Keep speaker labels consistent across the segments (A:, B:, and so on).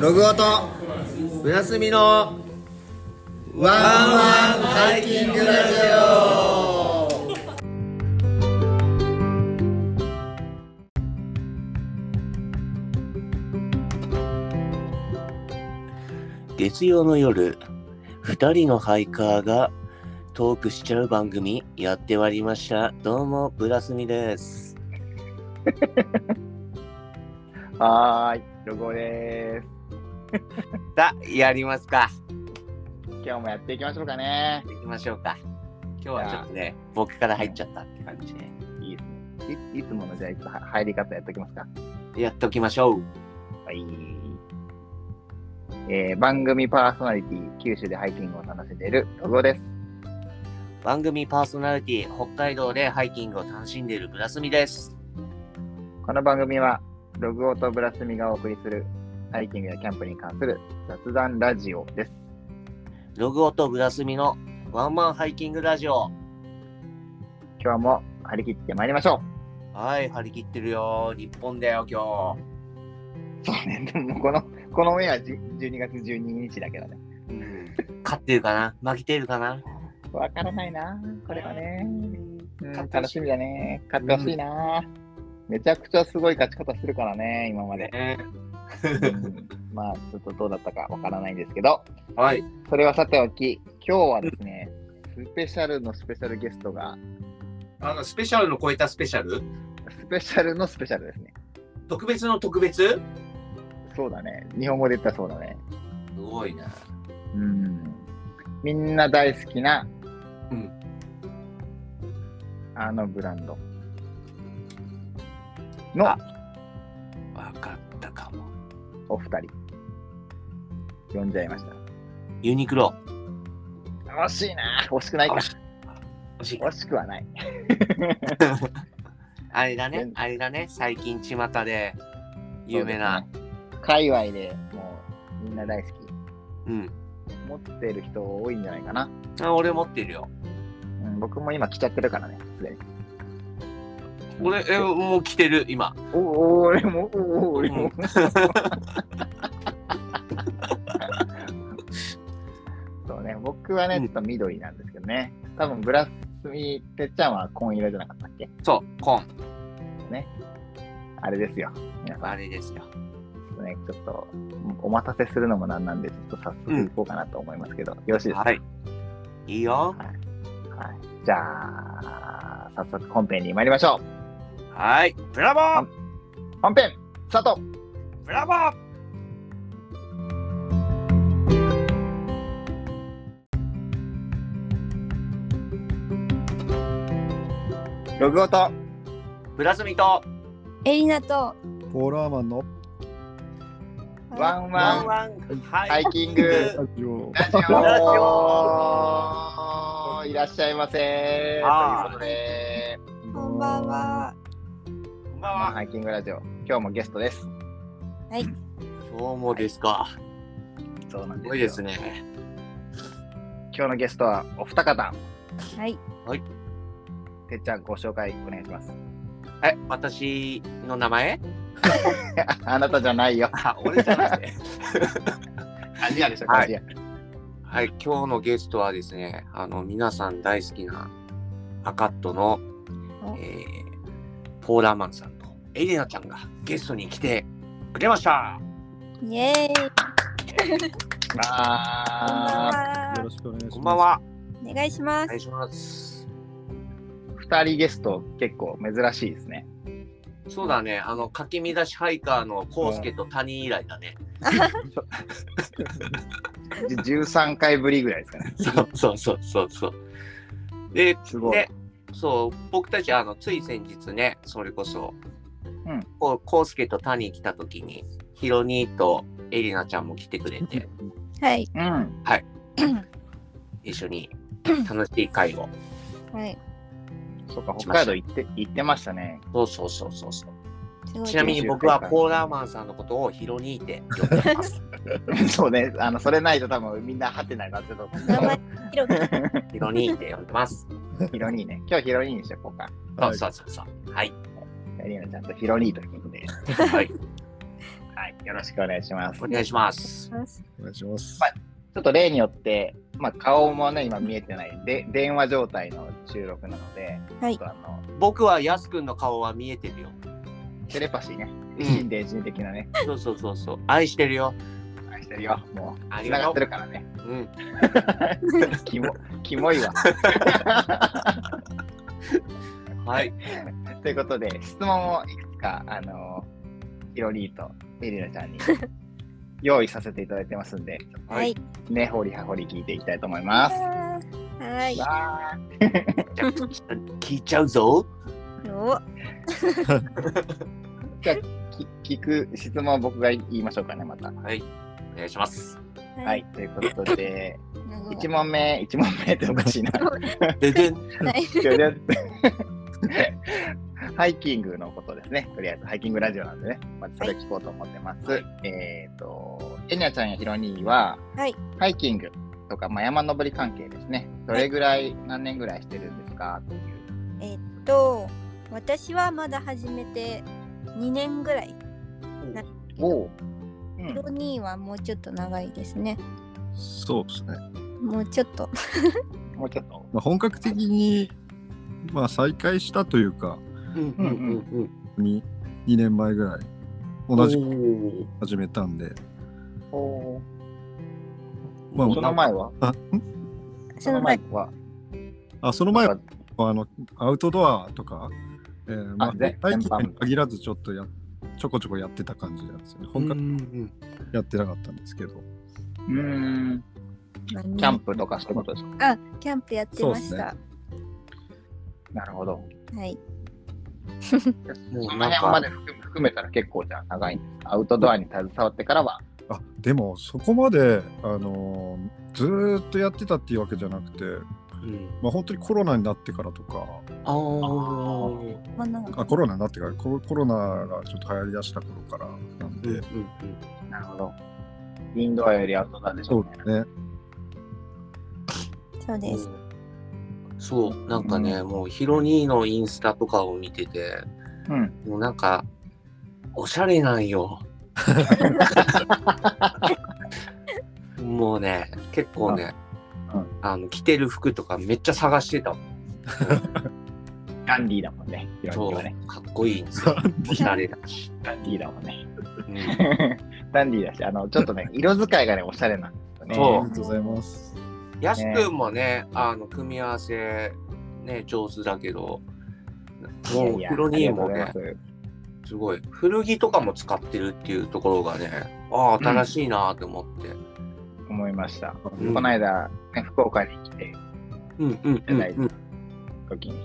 A: ログオとブラスミのワンワンハイキングラジ
B: 月曜の夜2人のハイカーがトークしちゃう番組やってまいりましたどうもブラスミです
C: はーい、ロゴでーす。
B: さあやりますか
C: 今日もやっていきましょうかね。
B: 行きましょうか今日はちょっとね僕から入っちゃったって感じで
C: いいですね。いいつものじゃあ、いつは入り方やっておきますか。
B: やっときましょう
C: はい。えー、番組パーソナリティ、九州でハイキングを楽しんでいるロゴです。
B: 番組パーソナリティ北海道でハイキングを楽しんでいるブラスミです
C: この番組は、ログオとブラスミがお送りする、ハイキングやキャンプに関する雑談ラジオです。
B: ログオとブラスミのワンマンハイキングラジオ
C: 今日も張り切ってまいりましょ
B: はい張り切ってるよ日本だよ今
C: う。そう ね、でもこの、この目はじ12月12日だけどね。
B: 日、うん、勝ってるかな負けてるかな
C: わからないな、これはね。うん
B: 勝ってほしい
C: 楽しみだね。勝ってほしいな、めちゃくちゃすごい勝ち方するからね、今 まで。
B: ね
C: うんまあ、ちょっとどうだったかわからないんですけど、
B: はい
C: それはさておき、今日はですね、スペシャルのスペシャルゲストが、
B: あのスペシャルの超えたスペシャル
C: スペシャルのスペシャルですね。
B: 特別の特別
C: そうだね。日本語で言ったらそうだね。
B: すごいな。
C: うん。みんな大好きな、
B: うん
C: あのブランドの
B: あわかったかも。
C: お二人。呼んじゃいました。
B: ユニクロ。
C: 惜しいな惜しくないか
B: 惜惜しい
C: 惜しくはない
B: あれだね、あれだね、最近巷で有名な。
C: そうですね界隈でもうみんな大好き
B: うん
C: 持ってる人多いんじゃないかな、
B: あ。俺持ってるよ。
C: うん、僕も今着ちゃってるからねすでに
B: 俺、えもう着てる、今。
C: おお俺もおお俺も、 そうね僕はね
B: うん
C: ちょっと緑なんですけどね多分ブラスミてっちゃんは紺色じゃなかったっけ
B: そう、コン。
C: あれですよ皆さ
B: あ
C: んち
B: れですよ。
C: ょっとねちょっとお待たせするのもなんなんでちょっと早速行こうかなと思いますけど、よろしいですか
B: はい。いいよ。
C: はい、じゃあ、早速本編に参りましょう。
B: はい。ブラボー
C: 本編、スタート
B: ブラボー
C: ログオと
B: ブラスミと
D: エリナと
A: オポーラーマンの
C: ワン
B: ワ
C: ワ
B: ン
C: ン
B: ワン
C: ハ
B: ハ
C: イ
B: イ
C: キン
B: キン
C: グ
B: グ。
A: ジオ
C: ラジオ
B: ラジ
C: いらっしゃいませ
B: あー
C: ということで、
D: こんばんは。
B: こんばん
C: ワン
B: は
C: ハイキングラジオ、今日もゲストです。
B: 今日もですか。
C: そうなん
B: すごいですね。
C: 今日のゲストはお二方、
D: はい。
C: てっちゃんご紹介お願いします。
B: え、私の名前
C: あなたじゃないよ。
B: あ、俺じゃなくて。
C: アジアでしょ、
B: はい
C: アジア。
B: はい、今日のゲストはですね、あの、皆さん大好きなアカットの、
D: お
B: えーポーラーマンさんとエレナちゃんがゲストに来てくれました。
D: イエーイ。こんばん
C: まあ、
D: は
A: よろ。しくお願いします
B: こんばんは。
D: お願いしま
B: お願い
D: す。
B: します。
C: 二人ゲスト結構珍しいですね。
B: そうだね、あの、かき乱しハイカーのコウスケと谷以来だね。
C: じ13回ぶりぐらいですか ね。
B: そうそうそうそうそう。で、
C: すごい。
B: でそう、僕たち、あの、つい先日ね、それこそ、
C: うん
B: こう、コウスケと谷来た時に、ヒロニーとエリナちゃんも来てくれて、
D: はい。
C: うん。
B: 一緒に楽しい会を。
D: はい。
C: そうか、北海道行って、行ってましたね。
B: そうそうそうそうそう。
D: すごい。
B: ちなみに僕はポーラーマンさんのことをヒロニーって呼んで ます。
C: そうね、あの、それないと多分みんなハテナになってたと思うけ
D: 名前
C: ど。
D: 広く。
B: ヒロニーって呼んでます。
C: ヒロニーね。今日ヒロニーにしとこうか。
B: そうそうそうそう。はい。
C: エリアちゃんとヒロニーということで。
B: はい。
C: はい。よろしくお願いします。
B: お願いします。
A: お願いします。
C: はいちょっと例によって、まあ、顔もね、今見えてない、で電話状態の収録なので、
D: はい
C: ちょっとあの
B: 僕はやすくんの顔は見えてるよ。
C: テレパシーね、
B: うん
C: 一心伝心的なね、
B: そうそうそうそう。愛してるよ。
C: 愛してるよ、も
B: あり
C: う、繋
B: がとう
C: がってるからね、
B: うん。
C: キモキモいわ。
B: はい。
C: ということで、質問をいくつか、あのヒロリーとエリナちゃんに用意させていただいてますんで、
D: はい。
C: ね、ほりはほり聞いていきたいと思います。
D: はい。
C: わー
B: 聞いちゃうぞ。
D: お、
C: き聞く質問は僕が言いましょうかね、また。は
B: はい。お願いします。
D: はい
C: い、ということで、
D: なるほど
C: 1問目、1問目っておかしいな。
B: ででん。
D: はい。
C: いやだってハイキングのことですね。とりあえず、ハイキングラジオなんでね、まずそれ聞こうと思ってます。
B: はい
C: えっ、と、エニャちゃんやヒロニーは、
D: はい
C: ハイキングとか、まあ、山登り関係ですね。どれぐらい、何年ぐらいしてるんですかっていう。
D: と、私はまだ始めて2年ぐらい。
C: おう
D: ロニーはもうちょっと長いですね。
A: そうですね。
D: もうちょっと。
C: ん、もうちょっと。
A: まあ、本格的に、まあ、再開したというか、
B: うんうんうん
A: に2年前ぐらい、
B: うん。
A: 同じく
B: おー
A: 始めたんで、
C: お
A: まあ
C: その前は
A: あん
D: その前、
C: は
A: あその前はあのアウトドアとか、えーまあ
C: あぜ、
A: ハイキ
C: 全
A: ング
C: 般
A: に限らずちょっとやちょこちょこやってた感じなんですよね。本
B: うん
A: 格
B: うん
A: やってなかったんですけど、
C: うーん、
D: キ
C: キャンプとかそういうことですか。
D: あ、キャンプやってまし。
A: そうった
C: なるほど。
D: はい。
B: うん。も
C: そうの
B: なん
C: 辺ま
B: か
C: で含め含めたら結構じゃあ長いんですか。アウトドアに携わってからは。
A: あでもそこまで、あのーずーっとやってたっていうわけじゃなくて、
B: うん
A: まあ、本当にコロナになってからとか
B: あー
D: まあ、なんか
A: あコロナになってからコロコロナがちょっと流行りだした頃からなん
B: う
A: で、
B: んうんうん
C: なるほど。インドアよりアウトドアでし
A: そ
C: ょ
A: う
C: うね。
A: ですね
D: そうです。
B: うんそうなんかね、もうヒロ兄のインスタとかを見てて
C: うん。
B: もうなんかおしゃれなんよもうね結構ね、
C: うん
B: あの着てる服とかめっちゃ探してたもん
C: ダンディーだもんね。ヒロ
B: そ
C: ミ
B: う
C: はね。
B: かっこいいん ですよおしゃれだし、
C: ダンディーだもんね。
B: うん
C: ダンディーだし、あの、ちょっとね、色使いがね、おしゃれなんですよね。
A: あ
B: そ
A: りがとうございます
B: ヤシ君もね、あの組み合わせね上手だけど、もう
C: いやいや
B: ヒロニーも
C: ありが
B: ね
C: とうございます
B: ごい古着とかも使ってるっていうところがね、ああ新しいなって思って、
C: す思いました。
B: うん
C: この間、ね、福岡に来て、
B: うんうんうん
C: 大丈
B: うん
C: 時に、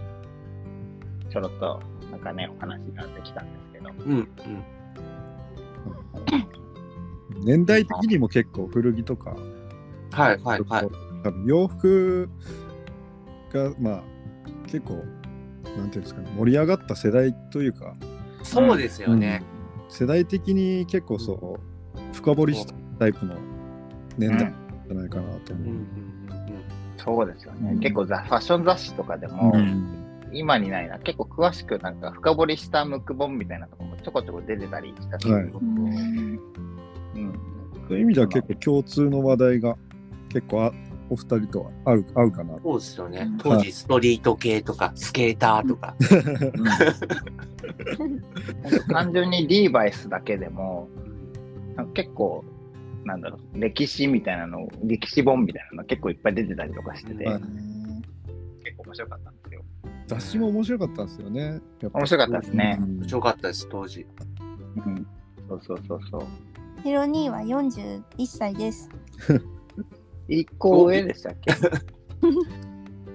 C: ちょろっと、なんかね、お話ができたんですけど。
B: うんうん
A: 年代的にも結構古着とか、
B: はいはいはい
A: 多分洋服がまあ結構なんていうんですかね盛り上がった世代というか、
B: そうですよね、
A: うん世代的に結構そう深掘りしたタイプの年代
C: うん
A: じゃないかなと
B: うんう
A: 思う。
B: んうん
C: そうですよね。
A: うん
C: 結構ザ、ファッション雑誌とかでも、
A: うん
C: 今にないな、結構詳しくなんか深掘りしたムック本みたいなとこもちょこちょこ出てたりしたし、
A: は
C: う
A: い
D: うん
C: ん、
A: そういう意味では結構共通の話題が結構あお二人とは合う合うかな
B: そうですよね当時ストリート系とかスケーターとか、
C: 単純にリーバイスだけでも、
B: うん
C: なんか結構、なんだろう、歴史みたいなの、歴史本みたいなの結構いっぱい出てたりとかしてて、
A: はい
C: 結構面白かったんですよ。
A: 雑誌も面白かったんですよね。やっぱ
C: 面白かったですね。
A: うん
B: 面白かったです当時
C: うん、そうそうそうそう。
D: ヒロニーは41歳です。
C: 一個上でしたっけ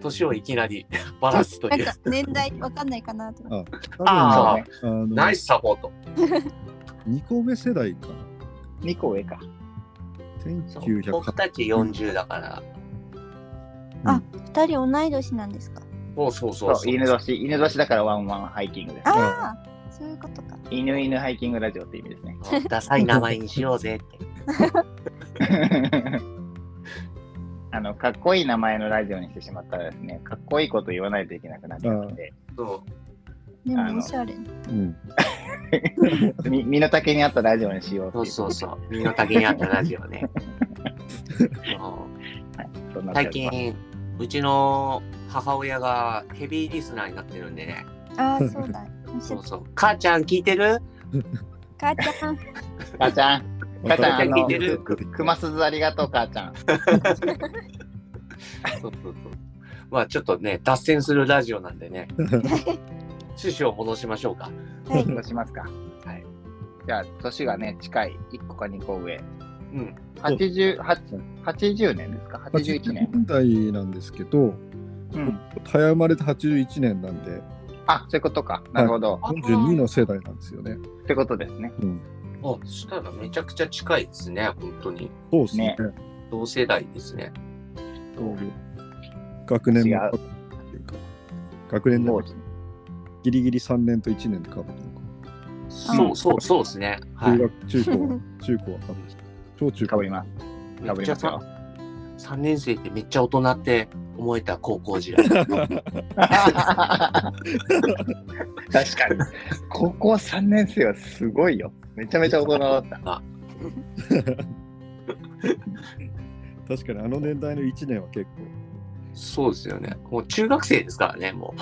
B: 年をいきなり バラすと
D: なん
B: いう
D: か年代わかんないかなと思って。
A: 多分
B: あ
A: あの
B: ナイスサポート
A: 2個目世代かな。
C: 二個上か。
B: そう
A: 1980
B: 僕たち40だから、
D: 二人同い年なんですか
B: そうそうそ
C: そうう、犬年、犬年だからワンワンハイキングです。
D: ああ、そういうことか。
C: 犬犬ハイキングラジオって意味ですね。
B: ダサい名前にしようぜって。
C: あの、かっこいい名前のラジオにしてしまったらですね、かっこいいこと言わないといけなくなっちゃうので、
B: そ
D: でもおしゃれ。
A: うん
C: み身の丈に合ったラジオにしようっ
B: そ
C: ていう
B: そうそう。身の丈に合ったラジオね。も
C: う。そん
B: う
C: な
B: 最近、うちの母親がヘビーリスナーになってるんでね。
D: ああ、そうだ。
B: そうそう。母ちゃん聞いてる
D: 母ちゃん、
C: 母ちゃん、母ちゃん、
B: 聞
C: あ
B: い
C: の
B: て、る
C: く熊鈴ありがとう、母ちゃん。
B: そうそうそう。まあちょっとね、脱線するラジオなんでね、趣旨を戻しましょうか。
D: はい、
C: どうしますか。
B: はい。
C: じゃあ、年がね、近い、1個か2個上。
B: うん。
C: 88 80年ですか ?81 年。
A: 年代なんですけど、
C: うん。
A: 早生まれて81年なんで、
C: あ、そういうことか。なるほど。
B: あ
A: 42の世代なんですよね。
C: ってことですね。
A: うん、
B: あ、したらめちゃくちゃ近いですね、本当に。
A: そうですね
C: ね
B: 同世代ですね。
A: そう学年
C: 違う
A: のっていうか、学年
C: も
A: の
C: う
A: ギリギリ3年と1年で変わるのか。
B: そうそう、そうですね。はい
A: 中。学、中高は、中 高は多分、小中
C: か
A: 高
C: ぶります。
B: め
C: か
B: っ
C: ぶり
B: ちゃ
C: ますよ
B: さ。3年生ってめっちゃ大人って思えた高校時 代。
C: 確かに。高校3年生はすごいよ。めちゃめちゃ大人だった。
A: 確かにあの年代の1年は結構。
B: そうですよね。もう中学生ですからね、も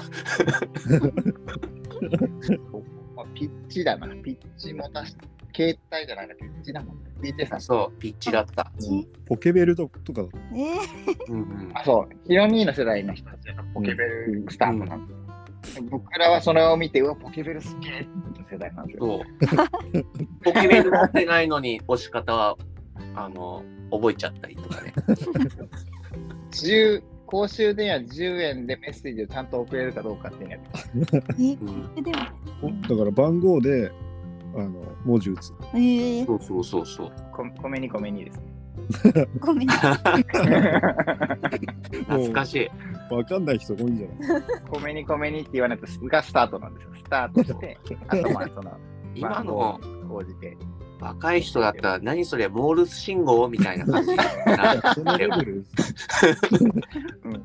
C: あピッチだな。ピッチも出し、携帯じゃないな、ピッチだもんね。PJ さ
B: う。
C: ん。
B: そう、ピッチだった。
D: ち
A: ポケベルととかだ
D: え
B: うんうん
C: あ、そう。ヒロニーの世代の人たちがポケベルスタートなんですよ、僕らはそれを見て、うわ、ポケベルすげえって世代なんですよ。
B: そう。ポケベル持ってないのに押し方は、あの、覚えちゃったりとかね。
C: 10公衆電話10円でメッセージをちゃんと送れるかどうかっていうやつ。
D: え
B: うん、
D: え、でも、
A: だから番号で、あの、文字打つ。
D: ええ
B: そうそうそうそう。
C: こ米に米にですね。
D: ごめん。
B: 懐かしい。
A: わかんない人多いんじゃ ない
C: 米に米にって言わないとがスタートなんですよ。スタートして、あとまあその、
B: 今の
C: まあ応じて。
B: 若い人だったら、何それ、モールス信号みたいな 感じ。
A: いやそんなレベル です。
C: うん。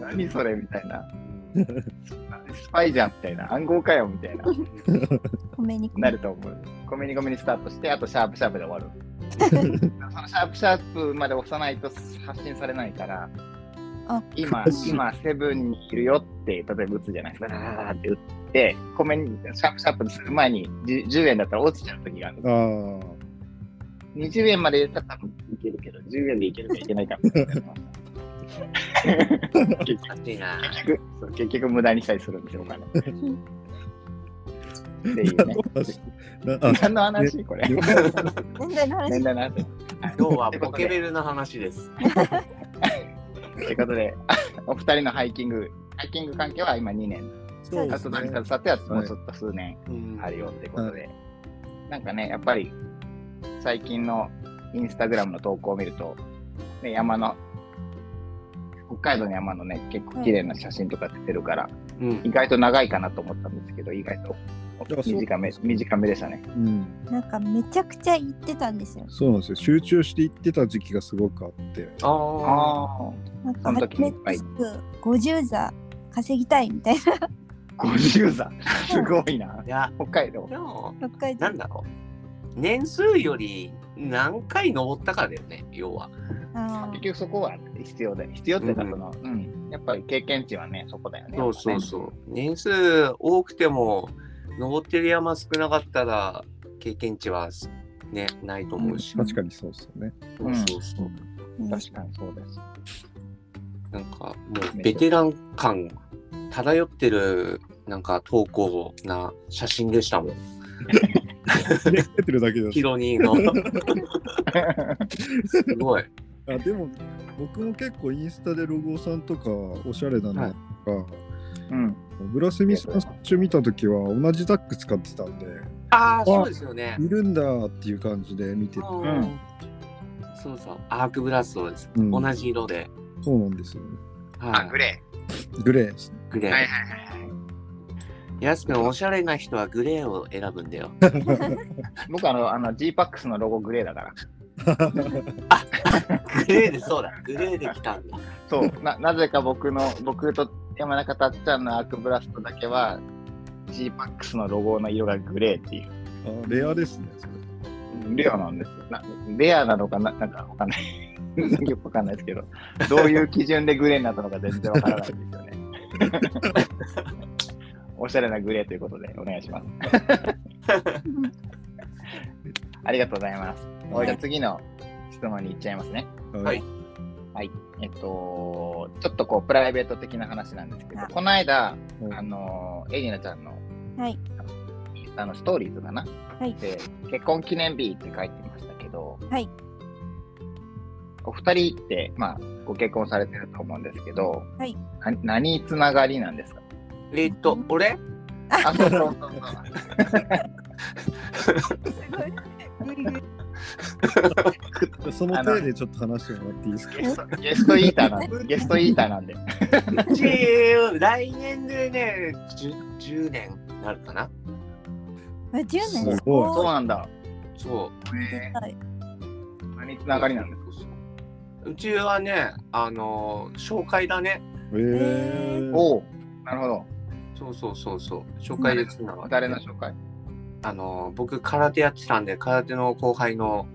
C: 何それみたいな。スパイじゃんみたいな。暗号かよみたいな。
D: ごめんに。
C: なると思う。米に米にスタートして、あとシャープシャープで終わる。そのシャープシャープまで押さないと発信されないから
D: あ、
C: 今、今、セブンにいるよって、例えば打つじゃないですか。ダーって打って、米にシャープシャープする前に 10, 10円だったら落ちちゃう時がある。
A: ああ。
C: 20円まで入れたら多分いけるけど、10円でいけるかいけないかみたいな。
B: 懐かしいな。
C: そう結局無駄にしたりするんですよ、お金。っていうね。
A: な あ
C: 何の話これ。
D: 年代の
C: 年
D: 話。
C: 代の話。
B: 今日はポケベルの話です。
C: ということで、 お二人のハイキング、ハイキング関係は今2年、
A: そうで
C: あ
A: す
C: と
A: ね
C: 何かさってはもうちょっと数年
B: うん
C: あるよってことで、なんかね、やっぱり最近のインスタグラムの投稿を見ると、ね、山の、北海道の山のね、結構綺麗な写真とか出てるから、
B: うん
C: 意外と長いかなと思ったんですけど、意外と
A: やそう
C: 短め、短めでしたね。
A: うん。
D: なんかめちゃくちゃ言ってたんですよ。
A: そうなんですよ。集中していってた時期がすごくあって。
B: ああ。
C: あ
D: なん
C: そ
D: か
C: の時にいっぱい
D: 初めてすぐ50座稼ぎたいみたいな
C: あ、50座。すごいな。
B: いや、
C: 北海道。
B: でも、
D: 北海道
B: なんだろう。年数より何回登ったかだよね、要は。
D: あ
C: 結
D: ー
C: 局そこは必要で、必要っていうか
B: うん
C: その、うん、やっぱり経験値はね、そこだよね。
B: そうそうそう。年数多くても、登ってる山少なかったら、経験値はね、ないと思うし。
A: 確かにそうですよね。
B: そうそうそう。
D: うん
C: 確かにそうです。
B: なんか、もう、ベテラン感漂ってる、なんか、投稿な写真でしたもん。
A: ひねってるだけです
B: ヒ。ロニーの。すごい。
A: あでも僕も結構インスタでロゴさんとかおしゃれだなとか、
C: うん。
A: ブラスミさん最初見た時は同じタック使ってたんで
B: ああ、そうですよね。
A: いるんだっていう感じで見てて
B: うんそうそう、アークブラストです。
A: うん
B: 同じ色で。
A: そうなんですよね
B: は
C: あ、
B: い
C: グレ
A: グレーですね
B: グレ
C: ー。はい
B: ー。
C: はいはいはい。
B: やすくん、おしゃれな人はグレーを選ぶんだよ。
C: 僕あの、あの、G-PAX のロゴグレーだから。
B: グレーで、そうだ。グレーで来たんだ。
C: そう。な、なぜか僕の、僕と山中たっちゃんのアークブラストだけは、G-PAX のロゴの色がグレーっていう。
A: あレアですね、それ。
C: レアなんですよ。なレアなのかな、なんかわかんない。よくわかんないですけど、どういう基準でグレーになったのか全然わからないんですよね。 おしゃれなグレーということでお願いします。 ありがとうございます。
B: はい
C: じゃあ次の質問に行っちゃいますね。
B: はい。
C: えっと、ちょっとこうプライベート的な話なんですけど
D: あ、
C: この間、
A: うん
C: あの、エリナちゃんの
D: はい。
C: あのストーリーズかな、
D: はい
C: で結婚記念日って書いてましたけど、
D: はい
C: お二人って、まあ、ご結婚されてると思うんですけど、
D: はい
C: な何つながりなん ですか
B: えっと、俺
C: あそうそうそう
D: すごい。グリグリ。
A: でその手でちょっと話してもらっていいですか
C: ゲストゲストイーターなん でゲストイーターなんで
B: うち来年でね、10, 10年なるかな。
D: あ、10年
A: すごい
C: そう
D: い
C: なんだ
B: そう。
D: はい
C: 何つながり なんです
B: すかうちはね、あの紹介だね。
A: えー、
C: かおおなるほど
B: そうそうそうそう。紹介でつながって
C: 誰の紹介
B: あの僕空手やってたんで空手の後輩の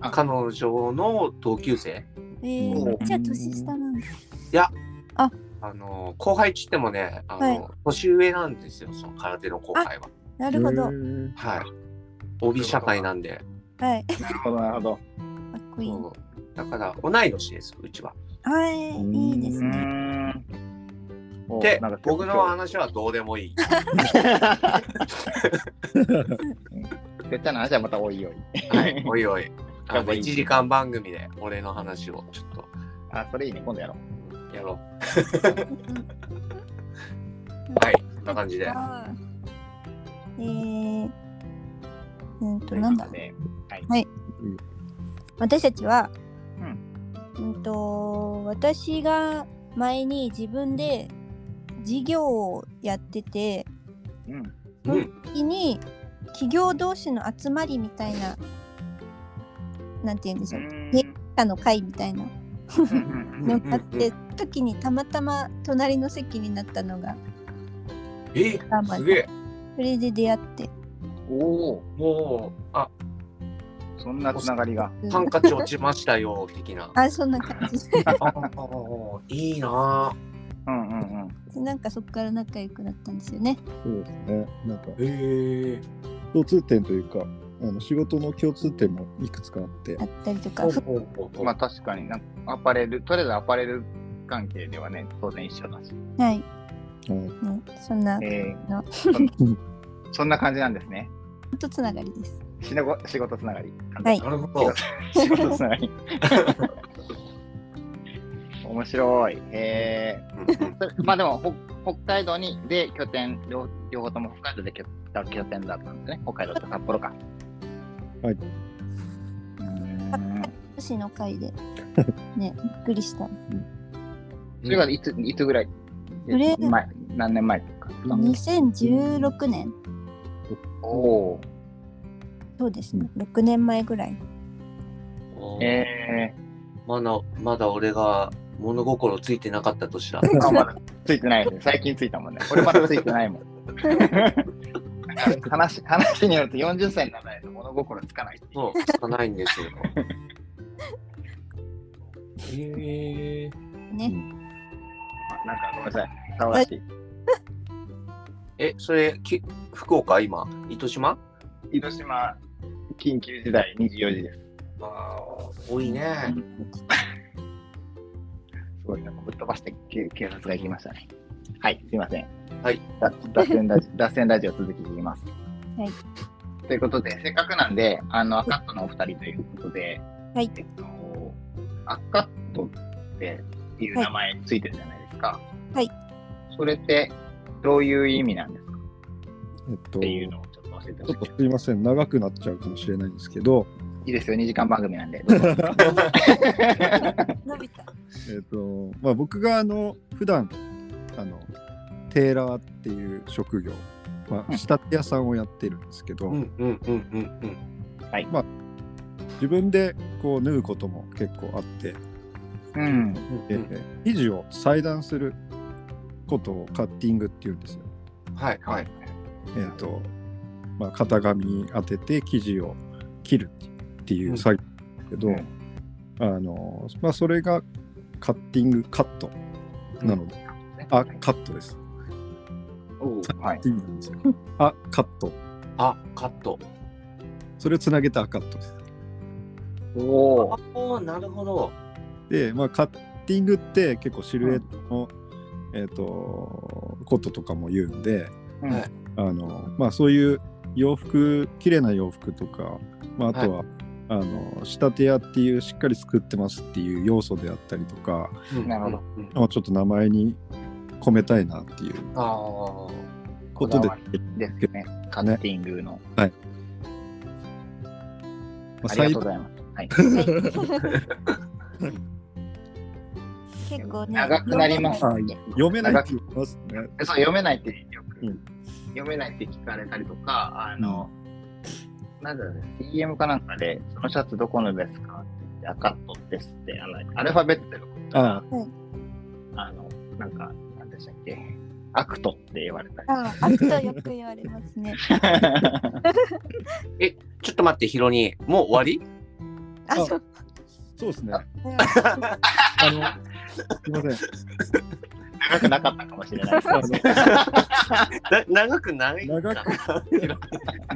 C: あ
B: 彼女の同級生
D: えー、めっちゃ年下なんです。
B: あの後輩っちってもねあの、年上なんですよその空手の後輩は
D: なるほ
A: え
D: ど。
A: ー
B: はい帯社会なんで
D: はい。か
C: なるほどなるほど
D: っこいい。
B: そうだから同い年ですうちは
D: はい。いいで
C: う
D: す
C: ー
D: ね。
C: んお
B: で
C: なんか
B: 僕の話はどうでもいい
C: 絶対な話はまたおいおい
B: はいおいおいあ
C: やば
B: の
C: い
B: 1時間番組で俺の話をちょっ
C: あそれいいね今度やろう
B: とやろ
D: うん
B: うはいそんな感じで
D: えー、うんと、なんだろう。
C: ね
D: 私たちは、
C: うん
D: うんと私が前に自分で事業をやってて
C: うん
B: うん
D: 時に企業同士の集まりみたいななんて言うんでしょう経営者の会みたいな
C: うん
B: うんう
D: の
B: ん
D: があって、
B: うん
D: 時にたまたま隣の席になったのが
B: え
D: ラーマン
B: すげえ
D: それで出会って
C: おお、
B: もうあ
C: そんなつながりが。
B: ハンカチ落ちましたよ的 な
D: あそんな感じ
B: あーいいなぁ。
C: うんうんうん。
D: なんかそっから仲良くなったんですよね
A: そうですね。なんか
B: へえ。
A: 共通点というか、あの仕事の共通点もいくつかあって
D: あ、ったりとか
B: ほうほうほうほう
C: まあ確かになんかアパレル、とりあえずアパレル関係ではね、当然一緒だし。
D: はい、ね、
A: はい
D: そんな
C: え
D: な
C: ー、そそん な感じなんですね。
D: ほんとつながりです
C: しのご仕事つながり。
D: はい
B: なるほど。
C: 仕事つながり。 面白い。えー、それまあでもほ北海道にで拠点両、両方とも北海道で拠拠点だったんですね。北海道と札幌か。
A: はいう
C: ーん。
D: 女子の 会でねびっくりした
C: それがいついつぐらい
D: それ
C: 前何年前か。
D: 2016年
C: おお
D: そうですね6年前ぐらい
B: お
C: ー。
B: ー
C: え
B: まだまだ俺が物心ついてなかった年だ。
C: ー、あまだついてない ですね。最近ついたもんね。俺まだついてないもん。 話話によると40歳にならないと物心つかないっていう
B: そう、つかないんですよ。へえ。
D: ね、
C: なんかごめんなさい。騒がし
B: え、それき福岡今糸島？
C: い。広島緊急時代24時です。
B: ああ多い ね。
C: すごいなんかぶっ飛ばして警警察が行きましたね。はい、すいません。
B: はい
C: だ。脱線ラジ脱線ラジオ続き言います。。
D: はい
C: ということで、せっかくなんで、あの、アカットのお二人ということで、
D: はい
C: えっと、アカットっていう名前ついてるじゃないですか。
D: はい。
C: それって、どういう意味なんですかっ
A: えっと、
C: ていう
A: ち
C: のをちょっと教えてほ
A: ょ
C: し
A: っとすいません、長くなっちゃうかもしれないんですけど、
C: い。いいですよ、2時間番組なんで。どうぞ
D: 伸 びた
A: えっとまあ、僕があの普段あのテーラーっていう職業、ま
C: うん
A: あ、仕立て屋さんをやってるんですけど、
B: うんうんうんうんうん。
A: 自分でこう縫うことも結構あって、
C: うん。
A: えー生地を裁断することをカッティングっていうんですよ。
B: はいはい。
A: えっ、とまあ、型紙当てて生地を切るっていう作業だけど、
C: うん
A: あのまあ、それがカッティングカットなので、あカットです。
C: おうはい。
A: カッティングなんですよあカット。
B: あ、カット。
A: それをつなげたあカットです。
C: お
B: あ
C: お。
B: ーなるほど。
A: で、まあ、カッティングって結構シルエットの、えっ、とこととかも言うんで、
C: う
B: はい
C: ん
A: あのまあ、そういう洋服綺麗な洋服とか、まあ、あとは、あの仕立て屋っていうしっかり作ってますっていう要素であったりとか、
B: うん
C: なるほど。
B: うん
A: まあ、ちょっと名前に込めたいなっていう
B: あ
A: こと
C: こだ
A: で、
C: わですね。カッティングの。
A: ま
C: ありがとうご
A: 後
C: ざいます。はい。
D: 結構ね
C: 長くなります。
A: あ読めないって言いますね。
C: そう読めないってよく、
A: うん
C: 読めないって聞かれたりとか、あの、なんだろうね、DM かなんかで、そのシャツどこのですかって言って、赤とですって、あの、アルファベットで送ったら、
A: あ
C: あの、なんか、なんでしたっけ、アクトって言われた り。
D: ああ、あとよく言われま すね。
B: ーちょっと待って、ヒロニー。もう終わり
D: あ、
A: あ
D: そう。
A: そうですね。
D: うん
A: あのすいません。
C: 長くなかったかもしれないです
A: あ
C: ね。
B: な長くないか
A: 長く
B: ヒロ
A: の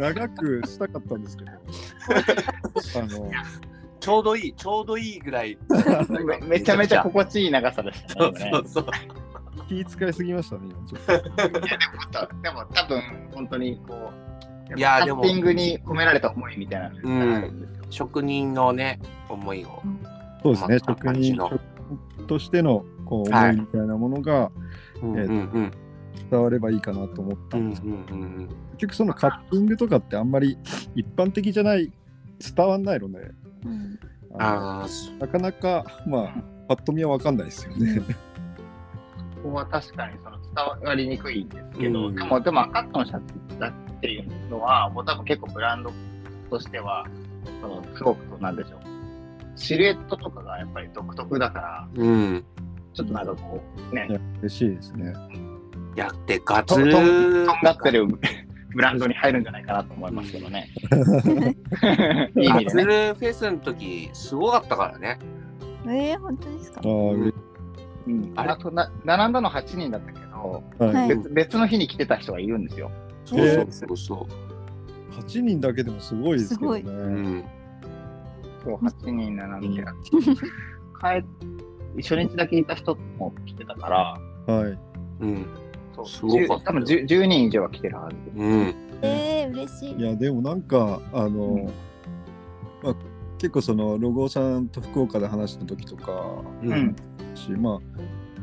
A: 長くしたかったんですけど、あの
B: ちょうどいい、ちょうどいいぐらい。
C: めめちゃめちゃ心地いい長さでし
B: そう
C: たね。今ね
B: そうそう。
A: 気使いすぎましたね、今ちょっと。
C: でも多分、本当にこう、
B: いやー
C: カ
B: でも
C: ッティングに込められた思いみたいなのがあるんですよ。
B: 職人のね、思いを。
A: そうですね、
B: まあ
A: 職
B: 感じ
A: 人
B: の
A: 職人としてのこう
B: は
A: 思
B: い
A: いみたいなものが
B: うんうん
A: えっと
B: うん
A: 伝わればいいかなと思った
B: うんん
A: ですけど、
B: うん
A: 結局そのカッティングとかってあんまり一般的じゃない、伝わんないので、
D: うん
B: うん。
A: あの
B: ああ、そ
A: なかなか、まあ、ぱっと見はわかんないですよね。
C: ここは確かにその伝わりにくいんですけど、
B: うん
C: でも、でも赤とのシャツだっていうのは、もう多分結構ブランドとしては、そのすごく、なんでしょう、シルエットとかがやっぱり独特だから、
B: ううん。
C: ちょっとなんかこう、ね
A: い、や 嬉しいですね。
B: やってガツ
C: ととん
B: ー
C: とんがってる ブランドに入るんじゃないかなと思いますけど ね。いい意
B: ガ
C: 味
B: ツ
C: で
B: ル
C: ね。
B: フェスの時すごかったからね。
D: えー、本当ですか
A: あ。あ、嬉し
C: うん、
B: あれ
C: あとな並んだの8人だったけど、
A: い。はい
D: はい
C: 別別の日に来てた人がいるんですよ。
B: そう
A: え
B: そうそうそ
A: 8人だけでもすごいですけどね。
B: う。うん。
C: そう、8人並んで、帰っ初日だけいた人も来てたから、
A: はい。
B: うん。
C: そう
B: すごかったよ
C: 10多分 10, 10人以上は来てるはず。
B: うん。
D: えー、嬉しい
A: い。や、でもなんか、あの、
C: うん
A: まあ、結構その、ロゴさんと福岡で話した時とか、
B: う
C: うん
B: ん。
A: し、まあ、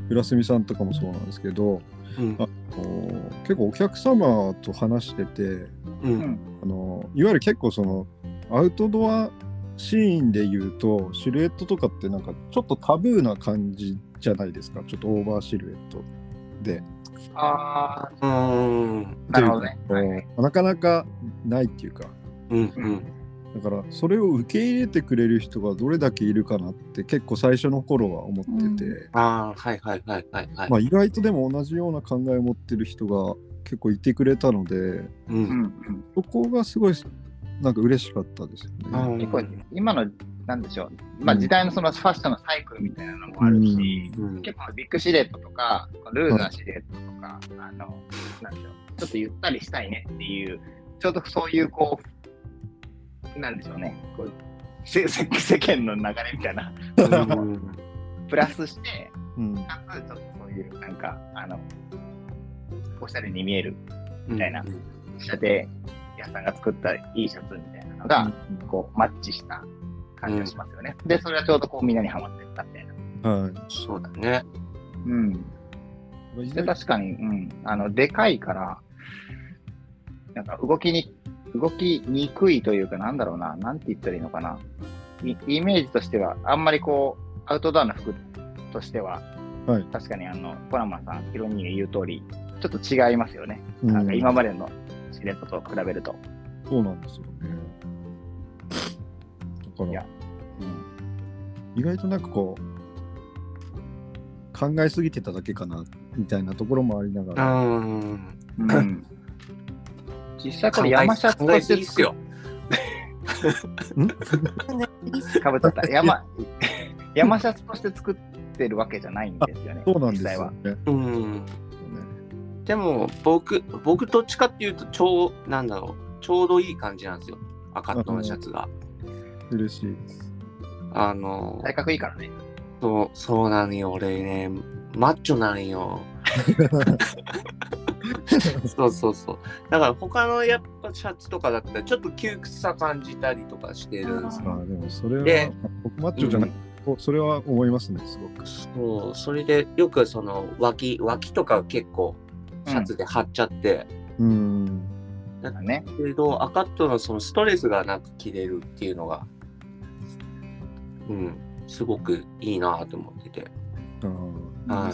A: 浦住さんとかもそうなんですけど、
B: うん
A: あの結構お客様と話してて、
B: う。
C: うんん。
A: あのいわゆる結構そのアウトドアシーンで言うとシルエットとかってなんかちょっとタブーな感じじゃないですかちょっとオーバーシルエットで。
C: あ
B: うん。
C: あ、なるほどね。
A: というかこうなかなかないっていうか
B: うん。うん。
A: だからそれを受け入れてくれる人がどれだけいるかなって結構最初の頃は思ってて、
B: ああ、はいはいはいはいはい。
A: まあ、意外とでも同じような考えを持ってる人が結構いてくれたので
B: う。
C: うんん
A: そこがすごいなんか嬉しかったですよね。
C: うん、
B: う
C: 結構
B: ん。
C: 今の、なんでしょう、まあ、
A: うん
C: 時代のそのファッションのサイクルみたいなのもあるし、
B: うん
C: 結構ビッグシルエットとか、ルーズなシルエットとか、あの、なんでしょう、ちょっとゆったりしたいねっていう、ちょうどそういうこう、なんでしょうね、こうせ世間の流れみたいな、
B: うん
C: プラスして、
A: うん
C: かつちょっとそういう、なんか、あの、おしゃれに見えるみたいな仕立て屋さんが作ったいいシャツみたいなのが、こうマッチした感じがしますよね。で、それはちょうどこうみんなにハマってったみたいな。
A: はい
B: そうだね。
C: うん。で、確かに、うん、あの、でかいから、なんか動きに、動きにくいというか、なんだろうな、なんて言ったらいいのかな。イイメージとしては、あんまりこう、アウトドアの服としては、
A: はい
C: 確かにあの、コラマンさん、ヒロニーが言う通り、ちょっと違いますよね。
A: うん
C: なんか今までのシルエットと比べると。
A: そうなんですよね。だか
C: い
A: ら
C: やうん
A: 意外となんかこう考えすぎてただけかなみたいなところもありなが
B: う
A: ら、
B: ん。
C: うん。実際これ山シャツ
B: 考え
C: と
B: すぎっ
C: し
B: す
C: て
B: よ。
C: かぶっちゃった山山シャツとして作ってるわけじゃないんですよね。
A: そうなんで
C: 実
A: す
C: 際
A: よ
C: は。
A: ね。
B: うん。でも僕、僕どっちかっていうと、ちょう、なんだろう、ちょうどいい感じなんですよ。赤とのシャツが。
A: 嬉しいです。
B: あの、
C: 体格いいからね。
B: そう、そうなんよ、俺ね、マッチョなんよ。そうそうそう。だから他のやっぱシャツとかだったら、ちょっと窮屈さ感じたりとかしてるんです
A: あ
B: よ。
A: あ、でもそれ
B: で
A: は、僕マッチョじゃない、おそれは思いますね、すごく。
B: そう、それでよくその脇、脇とか結構シャツで貼っちゃって、
A: うん。
C: ね。
B: けれど赤とのそのストレスがなく着れるっていうのが、うん、すごくいいなと思ってて。
A: あ
B: は
A: あ
B: い。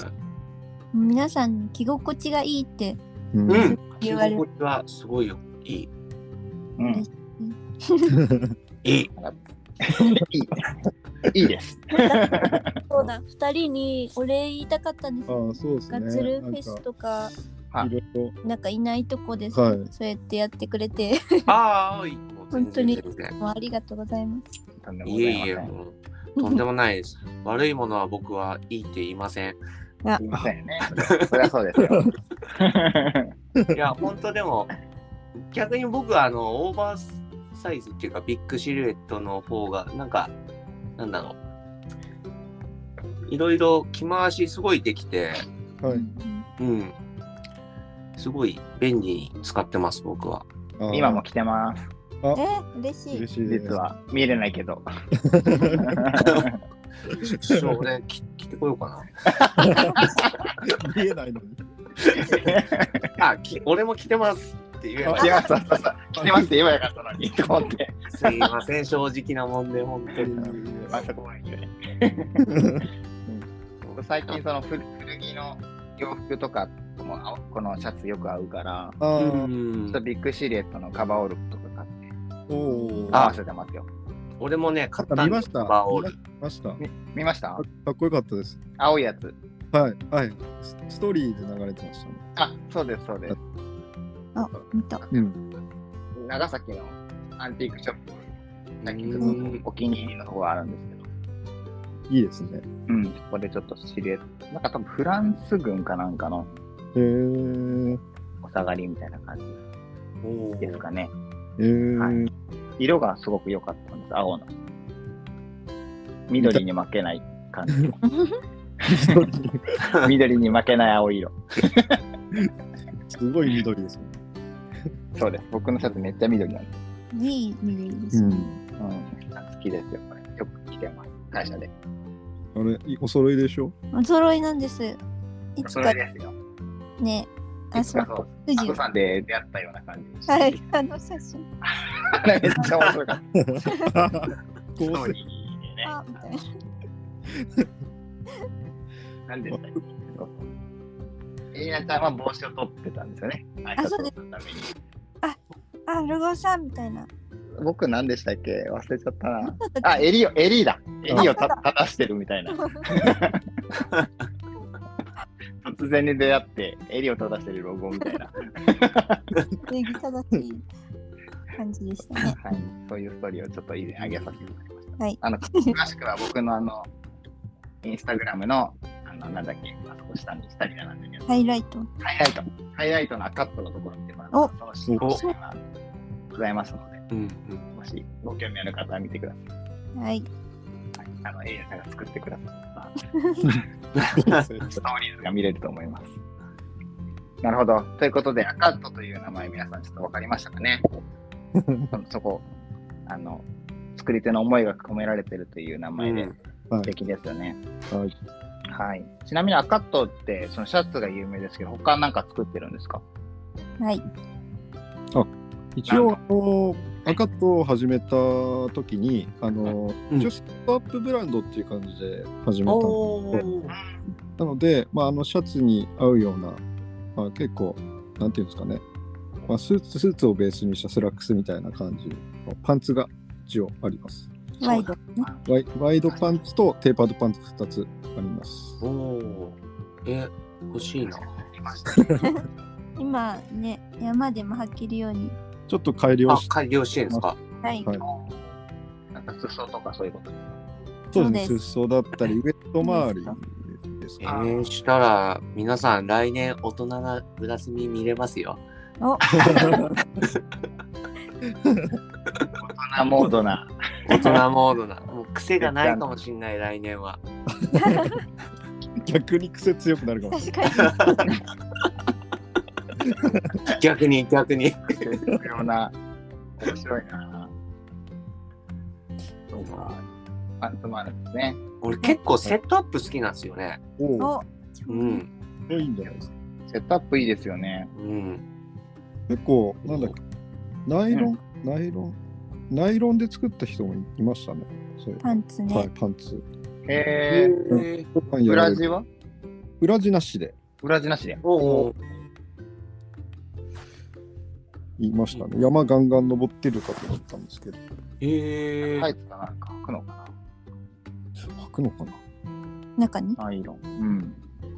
D: 皆さん着心地がいいって
B: う
A: う。
B: んん。着
D: 言われ
B: 心
D: る。
B: 地はすごいよ。いい。
C: うん。い
B: いい。
C: い。いいです。
D: そうだ、二人にお礼言いたかったんですよ。
A: ああ、そうですね。
D: ガッツルフェスとか、
A: なんかいろい
D: なんかいないとこです、
A: はい
D: そうやってやってくれて、
B: ああ、いい。もう全然
D: 本当に
B: 全然
D: もうありがとうございます。
C: とんでもご
B: い
C: ざ
B: え
C: いま
B: い
C: せ
B: え、
C: ん。
B: もう、とんでもないです。 悪いものは僕はいいって言いません。
C: すいませんね。そりゃそうですよ。
B: いや、本当でも、逆に僕はあの、オーバーサイズっていうか、ビッグシルエットの方が、なんか、なんだろう。いろいろ着回しすごいできて、
A: と。はい
D: うん
B: うん。すごい便利に使ってます、僕は。
A: ああ。
C: 今も来てます。
D: えー、嬉しい
A: 嬉。しいです。
C: 実は見れないけ ど。
B: ちょっと俺、き着てこようか
A: 見えないのに。
B: な。あ、き俺も着てますって言えば
C: 違。う、そうそうそう。来てますって言えばよかったのに、と思って。
B: すいません、正直なもんで、本当に。
C: あそこまで 言うね。僕最近その古古着の洋服とかもあこのシャツよく合うから、
A: ああ、
B: うん
C: ちょっとビッグシルエットのカバーオールとか買って
A: おお。
C: 合わせてますよ。
B: 俺もね、買ったんだ
A: 見ました。
B: バーオール。
A: 見ました。か
C: 見ました
A: っこよかったです。
C: 青いやつ。
A: はい。はい。スストーリーで流れてましたね。
C: あ、そうです、そうです。
D: あ、見た。
A: うん。
C: 長崎のアンティークショップ、最近ち
B: う
C: ょっ
B: ん
C: とお気に入りのとこがあるんですけど、
A: いいですね。
C: うん、そこでちょっとシルエット、なんか多分フランス軍かなんかの
A: へえ。
C: お下がりみたいな感
B: お
C: じです
B: ー
C: かね。
A: へえ。
C: はい色がすごく良かったんです、青の。緑に負けない感じ。 緑に負けない青色。
A: すごい緑ですね。
C: そうです。僕のシャツめっちゃ緑なんです。
D: いい緑で
A: う
D: すね。
A: ん。
C: うん、好きですよ、これ。よく着てます、会社で。
A: あれ、いお揃いでしょ
D: お揃いなんです。いつ
C: それ
D: か
C: ですよ。
D: ね、あ、
C: い
D: そ
C: つか
D: う、
C: そう、
D: 富
C: ア
D: 士
C: コ。さんで出会ったような感じ。
D: はい、あの写真。
C: あ れめっちゃ面白かっ
A: こ
C: た。
A: う
C: ね
D: あ、み たいな。
C: なんでしたっけエリナちゃんは帽子を取ってたんですよね。挨拶をするために。
D: あ、ルゴさんみたいな。
C: 僕何でしたっけ忘れちゃった な。
D: ちょっと
C: あ、襟を、襟だ。襟をた立たしてるみた いな。突然に出会って、襟を立たしてるロゴみたいな。
D: 礼儀正しい感じでしたね。
C: はい、そういうストーリーをちょっと以前上げさせていただきました。
D: はい
C: あの詳しくは僕のあのインスタグラムのあのなんだっけ、あそこ下に下に並んでるやつ
D: ハイライト。
C: ハイライト、ハイライトのカットのところ見てもらうと、そのシーン
B: お
C: がございますの
B: う
C: で、
B: ん
C: もしご興味ある方は見てください。
D: はい。
C: あの、エイヤさんが作ってくださった
A: です
C: ストーリーズが見れると思います。なるほど。ということで、アカットという名前、皆さんちょっと分かりましたか ねそのそこ、あの、作り手の思いが込められてるという名
B: う
C: 前
B: ん
C: で、
A: は
C: 素敵ですよね。
A: い。はい。
C: はい。ちなみにアカットってそのシャツが有名ですけど、他なんか作ってるんですか？
D: はい。
A: 一応、あの、赤とを始めた時に、あの、
B: うん
A: 一応ストアップブランドっていう感じで始めたんです
B: おー
A: なので、まあ、あのシャツに合うような、まあ、結構、なんていうんですかね、まあ、スーツスーツをベースにしたスラックスみたいな感じのパンツが一応あります
D: ワイド。
A: ワイ。ワイドパンツとテーパードパンツ2つあります。
B: おーえ、欲しいな。
C: ありましたね
D: 今ね、山でも履けるように。
A: ちょっと改良
B: あ
A: し、
B: 改良してるんですか。
D: はい。
A: はい
C: なんか裾とかそういうこと。
A: そ
D: そう
A: うですね、
D: です
A: 裾だったり、ウエット周りです
B: え
A: か。
B: ー、したら、皆さん来年大人な村住見れますよ。
D: お、
C: 大人モードな。
B: 大人モードな。もう癖がないかもしんない、来年は。
A: 逆に癖強くなるかもし
D: 確か
B: 逆に、逆に。
C: 重要な。面白いな。そうか。アントマンですね。
B: 俺結構セットアップ好きなんですよね。
A: れない。
D: に。
A: お
D: お
A: お、、
B: うん。
A: いいんじゃないですか。
C: セットアップいいですよね。
B: うん。
A: 結構、なんだっけ、ナイロン、ナイロン、ナイロンで作った人もいましたね。そういう
D: パンツ
A: はい
D: ね。、
A: パンツ。
C: へえ。
B: ー、
C: 裏地は
A: 裏地なしで
C: 裏地なしで。
B: おお。
A: 言いましたね。山ガンガン登ってるかと思ったんですけど、
B: へえー。
C: タイツかなんか履くのか
A: 履くのかな
D: 中に。
C: な。アイロン。うん。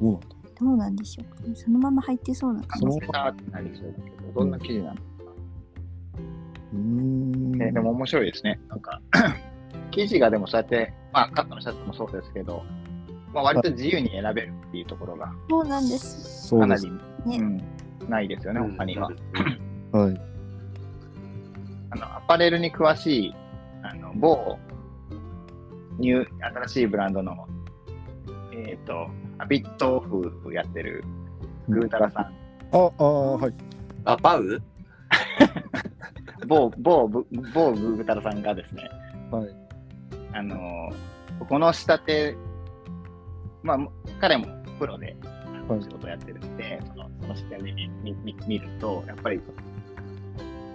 A: どうなんだ
D: どうなんでしょうかね。そのまま履いてそうな
C: あ
D: 感
A: そ
C: の
A: の
C: セターってなりそうだけど、どんな生地なの、
A: うーん。
C: えーでも面白いですね。なんか、 生地がでもそうやって、まあ、カットのシャツもそうですけど、まあ、割と自由に選べるっていうところが、
D: そうなんです。
A: そ
C: か
A: う
C: な
A: です
C: り、う
D: ね
C: ん、ないですよね、他には。
A: はい。
C: あの、アパレルに詳しい、あの、某、ニュー、新しいブランドの、えっ、と、アビットオフやってる、グータラさん、
A: あ、ああ、はい。
B: あ、バウ
C: 某、某、某某グータラさんがですね、
A: はい。
C: あのーこの仕立て、まあ、彼もプロであの
A: はい
C: 仕事やってるんで、そのその視点で見見見見ると、やっぱり、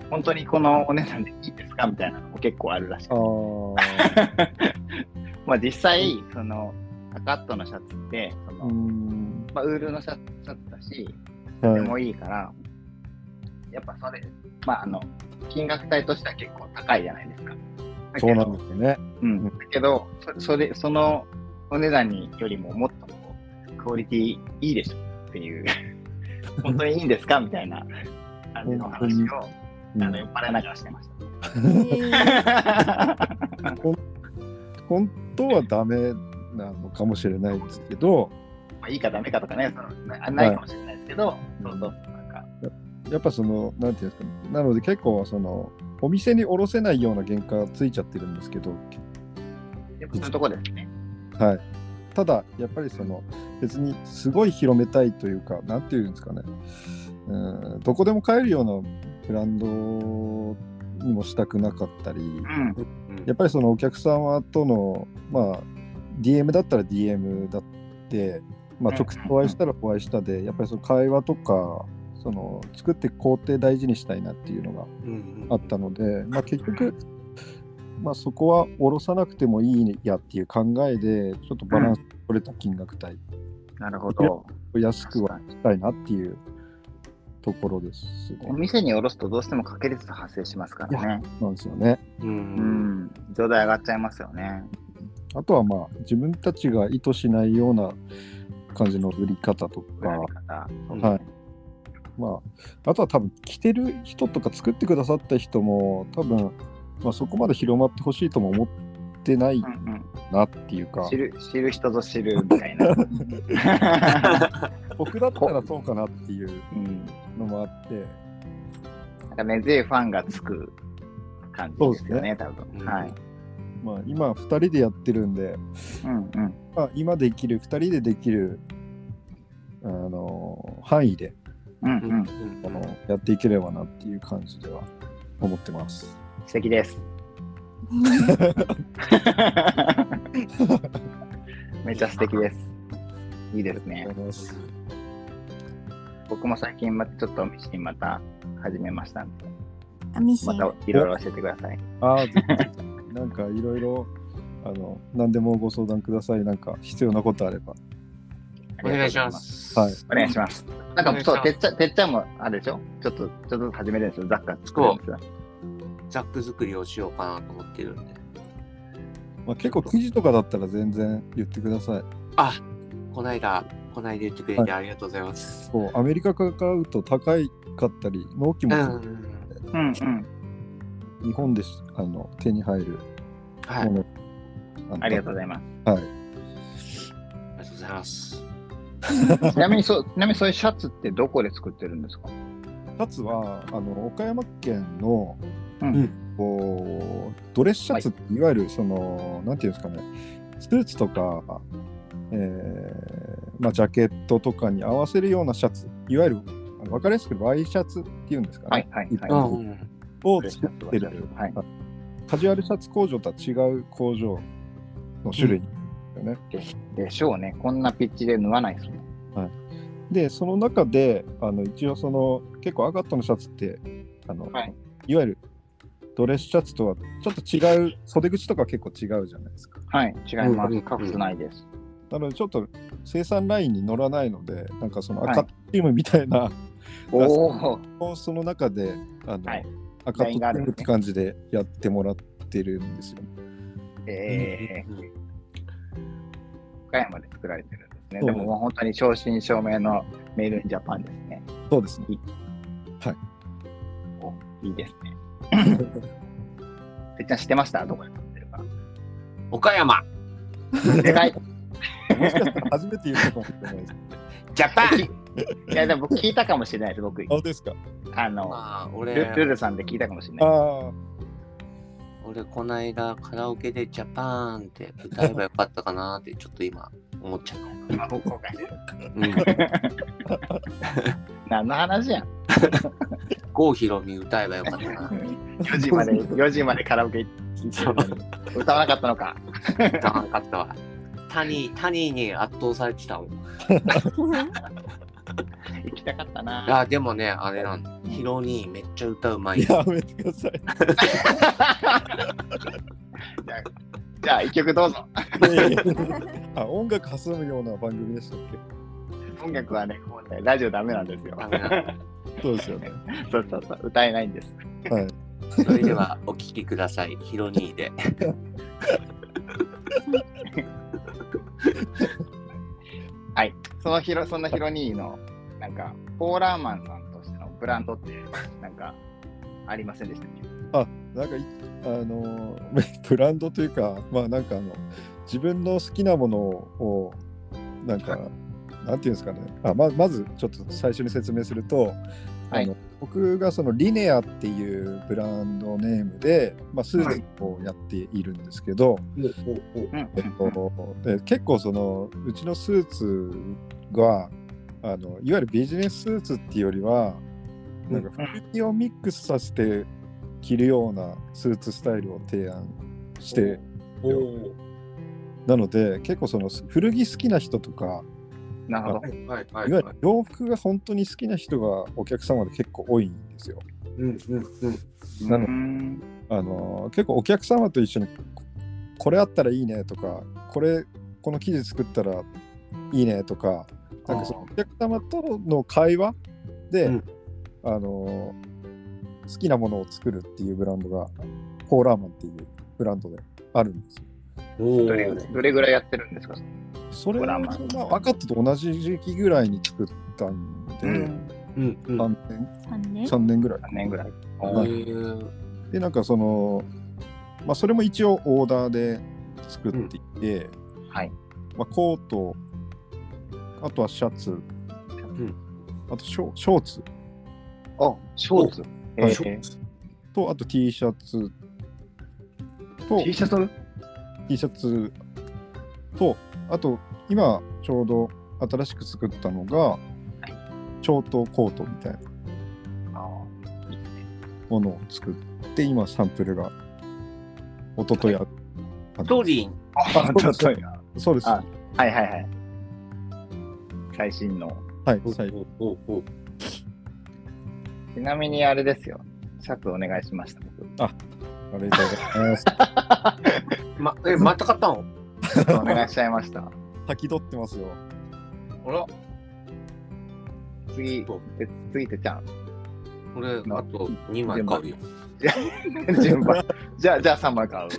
C: 本当にこのお値段でいいですかみたいなのも結構あるらしく
A: あ
C: て、
A: あ。
C: まあ実際、その、タカットのシャツって、その
A: うーん。
C: まあ、ウールのシャツシャツだし、とて
A: は
C: もいいから、やっぱそれ、まあ、あの、金額帯としては結構高いじゃないですか。だ
A: い。
C: け
A: そ
C: ど
A: うなんですよね。
C: うん、だけどそそれ、そのお値段によりももっとこうクオリティいいでしょって いう、本当にいいんですかみたいな感じの話を、
A: うん
C: あの酔っ払いながらしてまし
D: へー
C: た。
A: 本当はダメなのかもしれないですけど、
C: まあいいかダメかとかね、そのなないかもしれないですけど、そうそう、なんか、
A: やっぱその、なんていうんですか、なので結構その、お店に卸せないような原価がついちゃってるんですけど、
C: やっぱそういうとこですね。
A: はい。ただ、やっぱりその、別にすごい広めたいというか、なんていうんですかね、うーんどこでも買えるようなブランドにもしたくなかったり
C: う、ん、
A: やっぱりそのお客様との、まあ、DM だったら DM だって、まあ、直接お会いしたらお会いしたで、やっぱりその会話とか、その作って工程大事にしたいなっていうのがあったので、まあ、結局、まあ、そこは下ろさなくてもいいやっていう考えで、ちょっとバランス取れた金額帯
C: なるほど。
A: を安くはしたいなっていうところです
C: お
A: ね。
C: 店に卸すとどうしても掛け率が発生しますからね。
A: なんですよね。
B: う。
C: うんん、状態上がっちゃいますよね。
A: あとはまあ自分たちが意図しないような感じの売り方と
C: 売られ
A: か、
C: 方。
B: うん
A: はいまあ、あとは多分着てる人とか作ってくださった人も多分、まあ、そこまで広まってほしいとも思ってない
C: うんうん
A: なっていうか、
C: 知る知る人ぞ知るみたい な。
A: 僕だったらそうかなっていう
C: うん、
A: のもあって
C: なんか根強いファンがつく感じですよね、多分。はい。
A: まあ、今2人でやってるんで、
C: うんうん。
A: まあ、今できる2人でできる、あの範囲で
C: うん
B: う
C: うん。
B: ん。
A: あのやっていければなっていう感じでは思ってます。
C: 素敵です。 めちゃ素敵です。いいですね。僕も最近まちょっとミシンまた始めましたんで、
D: あ、ミシ
C: ま
D: ン。
C: たいろいろ教えてください。
A: ああ、ぜひなんかいろいろ、あの、何でもご相談ください。なんか必要なことあれば。
C: あ
B: お
C: りがとうござ
B: 願いしま。す。
A: はい。
C: お願いします。なんか
B: お
C: そ
B: 願
C: う、
B: いします
C: てっちゃん、てっちゃんもあれでしょちょっと、ちょっとずつ始めるんですよ。ザッカー作るんですよ。
B: ザック作りをしようかなと思ってるんで。
A: まあ、結構記事とかだったら全然言ってください。
B: あ、この間、こないで言ってくれてありがとうございます。
A: そうアメリカから買うと高いかったり納期も
B: うん
A: す
B: うんうん。
C: うんうん。
A: る日本でしあの手に入る
B: はい。あ
A: も
B: り
A: の、の
C: ありがとうございます。
B: がとうございます。
C: ちなみにそう、ちなみにそういうシャツってどこで作ってるんですか
A: シャツはあの岡山県の、
C: うん
A: こうドレスシャツって、いわゆるそのなんていうんですかねスーツとか、えーまあ、ジャケットとかに合わせるようなシャツいわゆるあの分かりやすくワイシャツっていうんですかね、
C: はいはいはい。
A: うん
B: ん。
A: を作ってる
C: はい。
A: カジュアルシャツ工場とは違う工場の種類ですよね。
C: でしょうね。こんなピッチで縫わないですもん。
A: でその中であの一応その結構アガットのシャツってあの、
C: はい
A: い、わゆるドレスシャツとはちょっと違う袖口とか結構違うじゃないですか
C: はい、違いま
B: うんうん
C: す。カフスないです。
A: なのでちょっと生産ラインに乗らないのでなんかその
C: はい
A: 赤チームみたいな、
C: おお、
A: その中であの、
C: はい
A: 赤
C: ライ
A: チ
C: ンがある
A: ー
C: ん
A: ム
C: ですね
A: って感じでやってもらってるんですよね
C: え
B: うん
C: ー、岡山で作られてるんですね。
A: そう
C: でももう本当に正真正銘のメールインジャパンですね。
A: そうですね
C: おいいですね。てっちゃん知ってましたどこで作ってるか。
B: 岡山、
C: でかい。
A: もしかしたら初めて言うことかもしれないです
B: ジャパン。
C: いや、でも僕聞いたかもしれないです。僕、
A: 本当 ですか
C: あの、
B: まあ、
C: ルル
B: 俺、
C: ルさんで聞いたかもしれ
A: あ
C: ない。
A: あ
B: 俺、こないだカラオケでジャパンって歌えばよかったかなって、ちょっと今、思っちゃった。
C: まあ、僕岡山
B: うん。
C: 何の話やん。
B: 郷ひろみ歌えばよかったな。
C: 4時 まで、4時までカラオケ行ってるのに歌わなかったのか。
B: 歌わなかったわ。タニー、タニーに圧倒されてたもん。
C: 行きたかったな。
B: あ、でもね、あれなんだ。ヒロニーめっちゃ歌うまいよ。
A: やめてください
C: じゃあ、じゃあ一曲どうぞ。
A: いやいや あ音楽挟むような番組でしたっ
C: 音楽はね、もうねラジオダメなんですよ。
B: ダメなんだ
A: けそうですよね。
C: そうそうそう、歌えないんです。
A: はい。
B: それでは、お聴きください。ヒロニーで。
C: そのヒロ、そんなヒロニーの、なんか、ポーラーマンさんとしてのブランドって、なんか、ありませんでしたっけ
A: なんかい、あの ー、ブランドというか、まあなんかあの、自分の好きなものを、なんか、なんていうんですかね。あままず、ちょっと最初に説明すると、
C: はい
A: あの僕がそのリネアっていうブランドネームで、まあ、スーツをやっているんですけど、
C: うん
A: えっと、で結構そのうちのスーツがあのいわゆるビジネススーツっていうよりはなんか服着をミックスさせて着るようなスーツスタイルを提案して
B: おお。
A: なので結構その古着好きな人とか
C: なるほど。
B: はいはいはい
A: わゆる洋服が本当に好きな人がお客様で結構多いんですよ。
B: うんうんうん。
A: なの
C: うん
A: あの結構お客様と一緒にここれあったらいいねとかこれこの生地作ったらいいねとかなんかそのお客様との会話で、
B: うん
A: あの好きなものを作るっていうブランドがコーラーマンっていうブランドであるんですよ
B: お
C: どれぐらいどれぐらいやってるんですか
A: それ
C: コー
A: は
C: ラー
A: ま
C: マ
A: あ
C: ン
A: 分かったと同じ時期ぐらいに作ったん
C: う
A: で、
C: ん
B: うんうん。
A: 3
D: 三
A: 年
D: 年。
A: 3年ぐらい
C: ?3 年ぐらい。
B: お
C: おー
B: ー
A: でなんかその、まあ、それも一応オーダーで作っていて、
C: はい。
A: まあ、コート、あとはシャツ、
B: ん
A: あとショショーツ
C: お、ショーツ。え
A: ショ
C: ー、
A: と、あと T シャツと
C: T シャツ
A: T シャツと、あと今ちょうど新しく作ったのが、ショートコートみたいな
C: あーいいですね
A: ものを作って、今サンプルが一昨日あ
B: ストーリー、
C: あ
A: そうで す
C: ちょっと
A: そうです。
C: あ
A: は
C: はいはいはい。最新の。
A: い、最後。
B: おおお
C: ちなみにあれですよ。シャツお願いしました。僕
A: ありがとうございます。
B: ま、え、また買ったの
C: シャツお願いしちゃいま した。
A: 先取ってますよ。
B: あら
C: 次、で次てっちゃん。
B: 俺、あと2枚買うよ。
C: 順番。じゃあ、じゃあ3枚買う。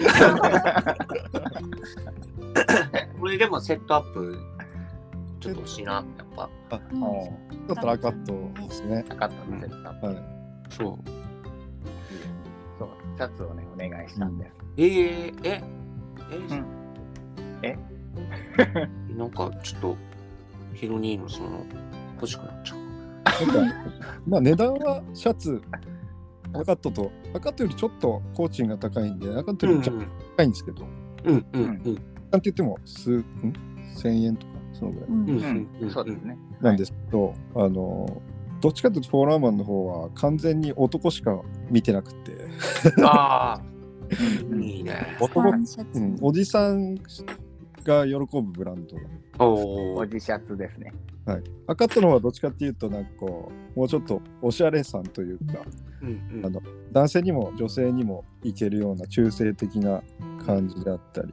B: これでもセットアップちょっと欲しいな、やっぱ。
D: うん
C: おー
A: だったら赤とですね。
C: なかったんですよ、多分
A: はい。
B: そう。
C: そう、シャツをね、お願いしたんだよ。
B: えええ、え、
C: え
B: なんかちょっと、ヒロニーのその、欲しくなっちゃう。
A: なんかまあ値段はシャツ、アカットと、アカットよりちょっと工賃が高いんで、アカットよりちょっと高いんですけど、
B: うんうん
A: なんて言っても数、ん ?1000 円とか、そのぐらい
D: うん
B: う
D: うんん
B: う
C: うんん、そうですね。
A: なんですけど、あの、どっちかというとフォーラーマンの方は完全に男しか見てなくて、
B: うん。ああ、
C: うん
B: いいね。
A: 男、
D: ンシャツ
A: うん、おじさんが喜ぶブランド。
B: お
C: お
B: お。
C: じシャツですね。
A: アカットの方はどっちかっていうと、なんかこう、もうちょっとおしゃれさんというか、
B: うんうん
A: あの男性にも女性にもいけるような中性的な感じであったり、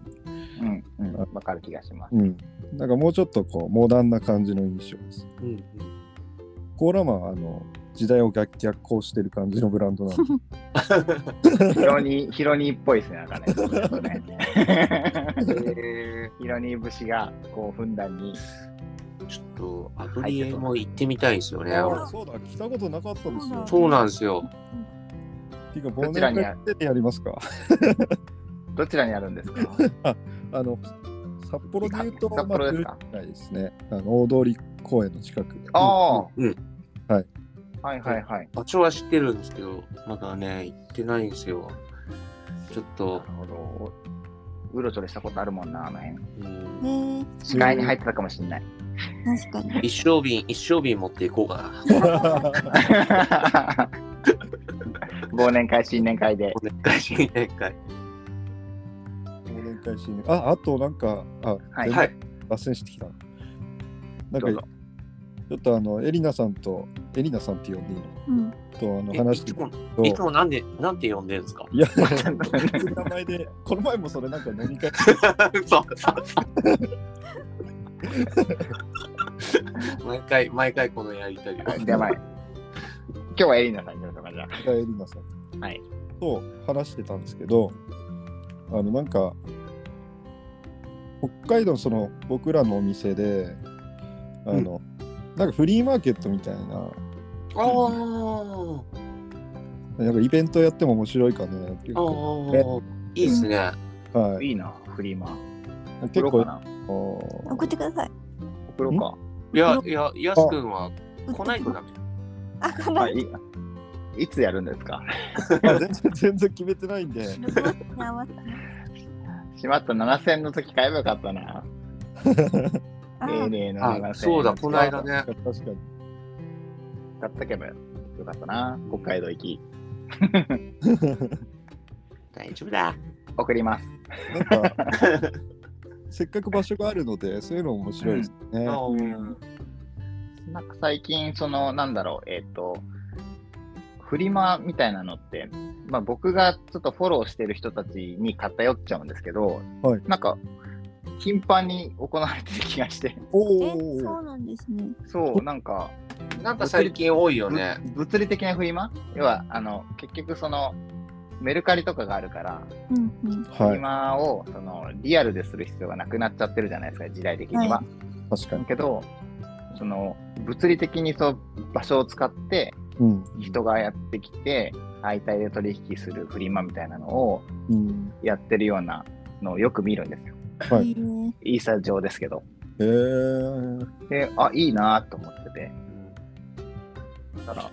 C: うん、うん、わかる気がします。
A: うん、なんかもうちょっとこうモダンな感じの印象です。
B: うんうん
A: コーラマンはあの時代を逆逆行してる感じのブランドなんで
C: ヒロニー、ヒロニーっぽいですね、なんかねそうですね。
B: え
C: ヒロニー節が、こう、ふんだんに。
B: ーちょっと、アトリエも行ってみたいですよね。
A: あ
B: 俺
A: そうだ、来たことなかったですよ。
B: そうなんですよ。
A: ていうか、
C: ど
A: 忘
C: ちら
A: 年
C: に
A: 会でやりますか。
C: どちらにあるんですか
A: あの札幌で言うと、
C: 札幌ですか
A: まあ、ぐらいですね。あの大通公園の近く。
C: ああ、
B: うん。
C: はいはいはい。
B: 場所は知ってるんですけど、まだね、行ってないんですよ。ちょっと
C: な、るほど。うろちょろしたことあるもんな、あの辺。
B: うん
D: えー、
C: 視界に入ってたかもしれない。
D: 確かに。
B: 一生瓶、一生瓶持っていこうかな。
C: 忘年会、新年会で。
B: お願いします一回
A: 忘年会しにあ、あとなんか、あ、
C: はい
A: 全
B: は
A: 然
B: い。
A: 脱線してきたな。なん
C: どう
A: か
C: ぞ、
A: ちょっとあの、エリナさんと、エリナさんって呼んでいいの
D: うん。
A: とあの
B: え
A: 話して
B: いつ
A: た
B: も
A: け
B: いつ
A: ど、
B: もなんで、なんて呼んでるんですか
A: いや、 名前で、この前もそれなんか飲み会
B: そうそうそう。毎回、毎回このやりとりは。
C: やばい。今日はエリナさんに呼ぶとかじゃあ。
A: がエリナさん、
C: はい
A: と話してたんですけどあのなんか北海道のその僕らのお店であの、なんかフリーマーケットみたいな
B: あー
A: なんかイベントやっても面白いかねっていう
B: あー。いいですね。
A: はい、
C: いいな、フリマ。
A: 結
C: 送ろうか
A: 構
C: な。
A: あ
D: 送ってください。
C: 送ろうか。
B: いや、いや、やすくんは来ないとダメ。
D: あ、こ
C: は
D: ない。
C: い。いつやるんですか
A: ーまあ全然全然決めてないんで
C: しまった7000の時買えばよかったな。
D: あ
C: ええねえの7000
B: あ、そうだ、この間ね。
A: 確かに
C: 買ったけばよかったな。北海道行き。
B: 大丈夫だ。
C: 送ります。
A: なんかせっかく場所があるのでそういうのも面白いですね、
B: あー
D: ん
C: なんか最近、その、なんだろう、えっ、と、フリマみたいなのって、まあ僕がちょっとフォローしてる人たちに偏っちゃうんですけど、
A: はい
C: なんか、頻繁に行われてる気がして、
A: お
D: え、
A: ー
D: そうなんですね。
C: そう、なんか、
B: なんか最近多いよ
C: ぶ
B: ね。
C: 物理的なフリマ要は、あの、結局その、メルカリとかがあるから、
D: うんうん。
C: フ
A: は
C: リ
A: い
C: マをそのリアルでする必要がなくなっちゃってるじゃないですか、時代的には。
D: は
A: 確か
C: だ
A: に、
C: けど、その物理的にそう場所を使って
A: うん
C: 人がやってきて、相対で取引するフリマみたいなのを
A: うん、
C: やってるようなのをよく見るんですよ。
A: はい
D: えー
C: イーサー上ですけど。
A: えー、
C: で、あ、いいなと思ってて、
B: うん
C: だから、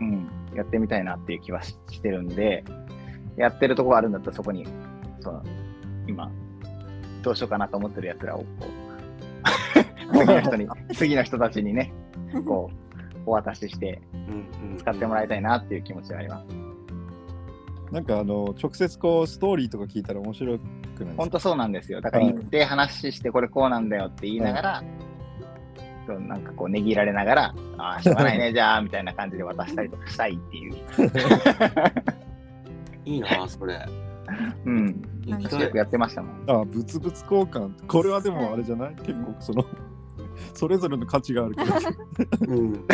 C: うん、やってみたいなっていう気はししてるんで、やってるとこがあるんだったらそこに、その今、どうしようかなと思ってるやつらをこう次の人に、次の人たちにね、こう、お渡しして
B: うんうん
C: 使ってもらいたいなっていう気持ちがあります。
A: なんかあの直接こうストーリーとか聞いたら面白くないです
C: 本
A: か
C: 当そうなんですよ。だから行って話して、これこうなんだよって言いながら、そうなんかこう、ねぎられながら、ああ、しょうがない ね、じゃあ、みたいな感じで渡したりとかしたいっていう。
B: いいな、それ。
C: うん。
B: 行きた
C: よ
B: い
C: く。やってましたもん。
A: あ物々交換これはでもあれじゃない結構そのそれぞれの価値があ るから
B: うん。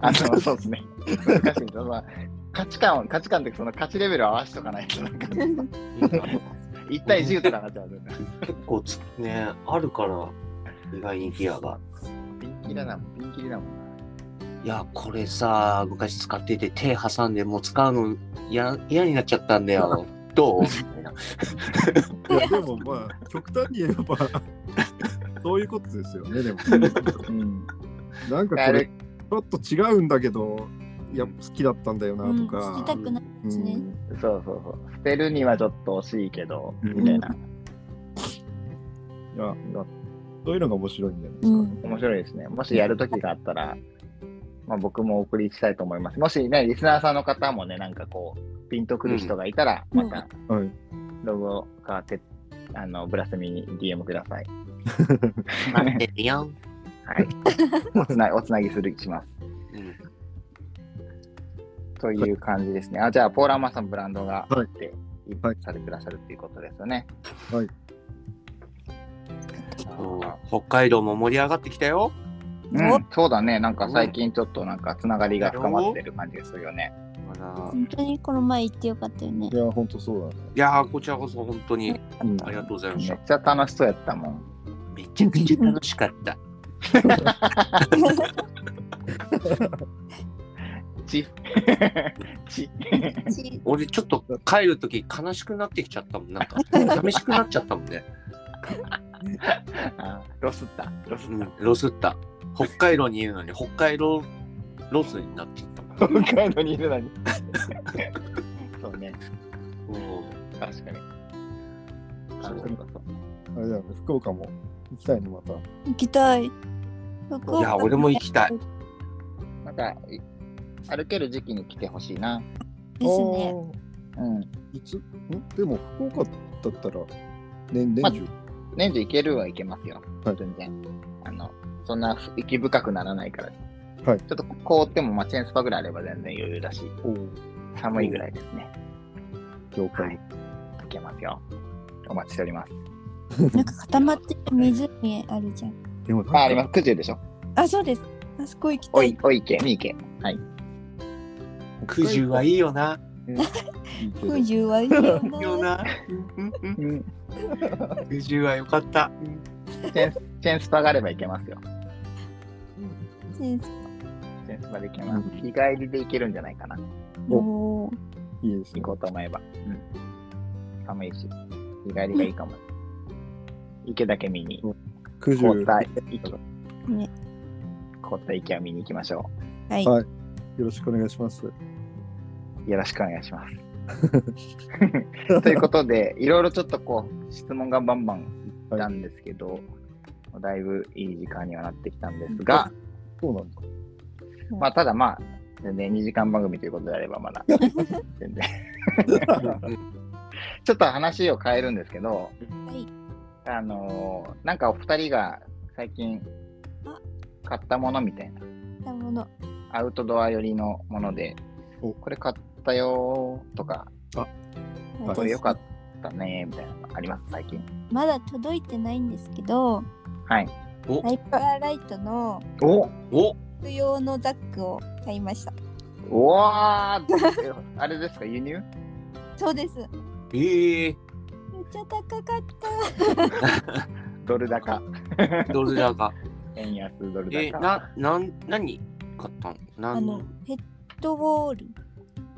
C: あの、そうですね。難しいけど、まあ、価値観を、価値観ってその価値レベルを合わせとかないと、なんか、
B: いいな
C: 1対10とかになっちゃうんで
B: 結構つねあるから意外にギアが。
C: ピンキリだもん、ピンキリだもん。
B: いや、これさ、昔使ってて手挟んでもう使うの嫌嫌になっちゃったんだ よ。どうみたいな。
A: いやでもまあ極端に言えばそういうことですよねでも、うん、なんかこれちょっと違うんだけどいや好きだったんだよな
D: うん、
A: とか、
D: 聞きたくないですね。
C: そうそうそう。捨てるにはちょっと惜しいけど、
A: うん
C: みたいな。
A: いやそういうのが面白いんじゃないで
D: う
A: すか、
D: ん。
C: 面白いですね。もしやるときがあったら、まあ、僕もお送りしたいと思います。もしね、リスナーさんの方もね、なんかこう、ピンとくる人がいたら、
D: うん
C: また、
A: はい
C: ロゴ変わって、あの、ブラスミに DM く ださい。
B: 待ってるよ。
C: はい。おつなおつなぎする、します。
B: うん
C: という感じですね。あじゃあ、ポーラーマンさんブランドがあ
A: はい
C: って、いっぱ
A: はい
C: いされてらっしゃるっていうことですよね。
A: は
B: う
A: い
B: ん北海道も盛り上がってきたよ。
C: うん
D: お
C: そうだね。なんか最近ちょっとなんかつながりが深まってる感じでするよね。
B: あら
D: 本当にこの前行ってよかったよね。
A: いや本当そうだね、
B: いやー、こちらこそ本当に
A: うん
B: ありがとうございま
C: め
B: し。
C: ったちゃ楽しそうやったもん。
B: めちゃくちゃ楽しかった。
C: ちち
D: ち
B: 俺ちょっと帰るとき悲しくなってきちゃったもん。なんか寂しくなっちゃったもんね。
C: あロスった。ロスっ
B: うん、ロスった。北海道にいるのに北海道ロスになっちゃったもん。
C: た。北海道にいるの に。そうね。
B: うん
C: 確かに。
B: そう
C: そうかそう
A: あれだよね福岡も行きたいねまた
D: 行きたい。福岡
B: いや俺も行きたい。
C: なんか、い歩ける時期に来てほしいな。
D: ですね。
C: うん。
A: いつんでも福岡だったら年年中、
C: 年中行けるはいけますよ。
A: はい
C: 全然。あの、そんな息深くならないから。
A: はい
C: ちょっと凍っても、まあ、チェーンスパぐらいあれば全然余裕だし、
A: おー
C: 寒いぐらいですね。
A: 了解、
C: はい。行けますよ。お待ちしております。
D: なんか固まってる湖あるじゃん。
A: でもなん
C: あ、
A: か
C: あります。九十でしょ。
D: あ、そうです。あそこ行き
C: お
D: た
C: い
D: い。、
C: おいけ、みいけ。
B: 九十はいいよな。
A: いいけど
D: 九十はいいよ
B: いいよ
D: な。
B: な。うんうん
C: うん。
B: うん九十はよかった。うん
C: チェーンスパがあれば行けますよ。
D: 先
C: チェーンスパで行けます。日帰りで行けるんじゃないかな。
D: 生おー
A: いいです
C: 行
A: ね
C: こうと思えば。うん。寒いし、日帰りがいいかも。池だけ見に、
A: 九十
C: 凍った池。
D: ね
C: 凍った池を見に行きましょ
D: はい。
A: はいよろしくお願いします。
C: う。よろしくお願いし ます。ということで、いろいろちょっとこう、質問がバンバンいったんですけど、だいぶいい時間にはなってきたんですが、
A: そうなんだ。
C: まあ、ただまあ、全然2時間番組ということであれば、ま だ、全然。ちょっと話を変えるんですけど、
D: はい
C: あのーなんかお二人が最近
D: あ
C: 買ったものみたいな、
D: 買ったもの。
C: アウトドア寄りのもので、
A: お
C: これ買ったよーとか、
A: はい
C: これ良かったねーみたいなのあります、最近。
D: 私まだ届いてないんですけど、
C: はい。
B: お
D: ハイパーライトの
C: お
B: お
D: 服用のザックを買いました。
C: おわーあれですか、輸入
D: そうです。めっ
B: ええ
D: ちゃ高かった。
C: ドル高、
B: ドル高。
C: 円安ドル高。
B: えななん何買ったの？な
D: あ
B: ん
D: の、ヘッドウォール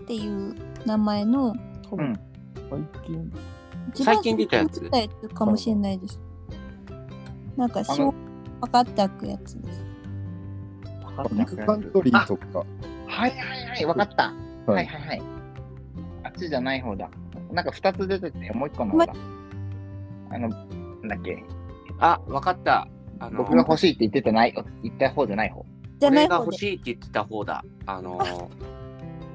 D: っていう名前の、
A: 多分、最近、
D: 一番
B: 最近出たやつ
D: 最近出たやつかもしれないです。なんか、
C: あの
D: しょう、パカッて開くやつです。
A: バックカントリーとか、
C: はいはいはい、わかった。
A: は
C: はい
A: い
C: はいはい。あっちじゃない方だ。なんか2つ出てて、もう1個の方だ。あの、なんだっけ、
B: あわかった。あの
C: 僕が欲しいって言ってたない、言った方じゃない方。
D: じゃない
B: 俺が
D: 方
B: 欲
D: で。
B: しいって言ってた方だ。あのー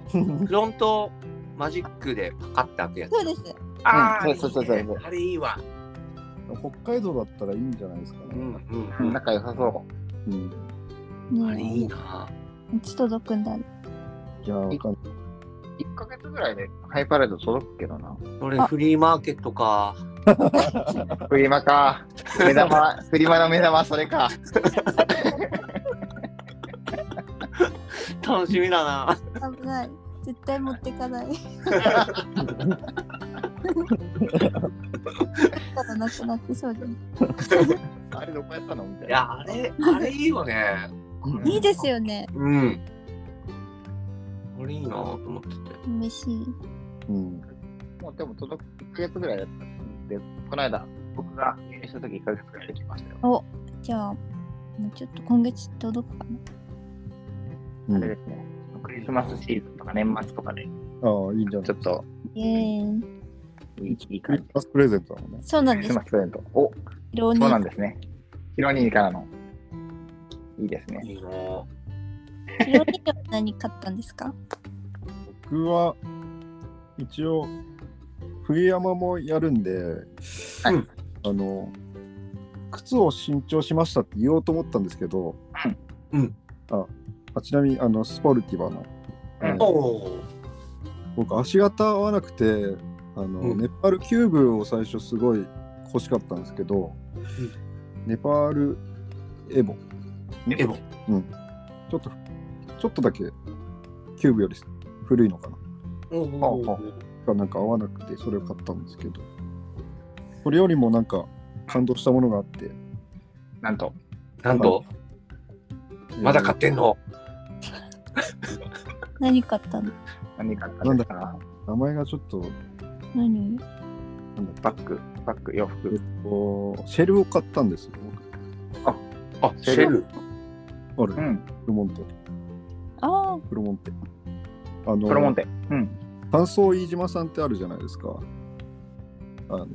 B: フロントマジックでパカッて開くやつ。
D: そうです。
B: ああ、
C: うんそうそうそうそう
B: あれいいわ。
A: 北海道だったらいいんじゃないですか
B: う
A: ね。
B: んうんうん。
C: 仲良さそ
A: うん、
B: あれいい
D: ね
B: な。
D: え、いつ届くんだろう
A: いやー、わかんな
C: う。1ヶ月ぐらいでハイパレード届くけどな。
B: 俺フリーマーケットか。
C: フリマか。目玉、フリマの目玉はそれか。
B: 楽しみだな。
D: 危ない。絶 対持ってかない。たらなくなってそうじゃん。
C: あれどこやったのみたい
B: い
C: な。
B: や、あれ、あれいいよね。
C: うん
D: いいですよね。
B: うん。あれいいなと思ってて。
D: 嬉しい。
A: うん。
C: もうでも届く1ヶ月ぐらいだったんで、この間、僕が入院した時1ヶ月ぐらいできましたよ。
D: じゃあ、もうちょっと今月届くかな。
A: う
C: あ
A: ん、
C: れ
A: あ
C: ですね、クリスマスシーズンとか年末とかで、
A: あ、いいんじゃない
C: ちょっと
D: イエーイ。
C: いいいい
A: クリ
C: 感
A: ス
C: じ。
A: マスプレゼントだもんね。
D: そうなん
C: ク
D: で
C: リ
D: す
C: スマ。スプレゼント。お
D: ロー
C: そうなん
D: ニ
C: ですね。ヒロニーからの。いいですね。
B: いいな
D: ー。ローニーは何買ったんですか
A: 僕は、一応、冬山もやるんで、
B: はい
A: あの、靴を新調しましたって言おうと思ったんですけど、
B: うん。
A: あちなみに、あの、スポルティバの、あの
B: おお。
A: 僕、足型合わなくて、あの、
B: うん
A: ネパールキューブを最初すごい欲しかったんですけど、ネパールエボ、
B: エボ。
A: ちょっと、ちょっとだけ、キューブより古いのかな。
B: おお。
A: がなんか合わなくてそれを買ったんですけどそれよりもなんか感動したものがあって
C: なんと、
B: なんと、まだ買っ
A: え
B: てんの
D: 何買ったの
C: 何買ったんですか
A: ー名前がちょっと
D: 何
A: なんだ
C: バ
A: っ
C: ッグ、バッグ、洋
A: けえ
C: 服。
A: っとシェルを買ったんですよ
B: あ、シェル。
A: 僕あ
C: う
A: る
C: ん、
A: プロモンテ
D: ああ、
A: プロモンテあの
C: プロモンテ。うん。
A: 乾燥飯島さんってあるじゃないですかあの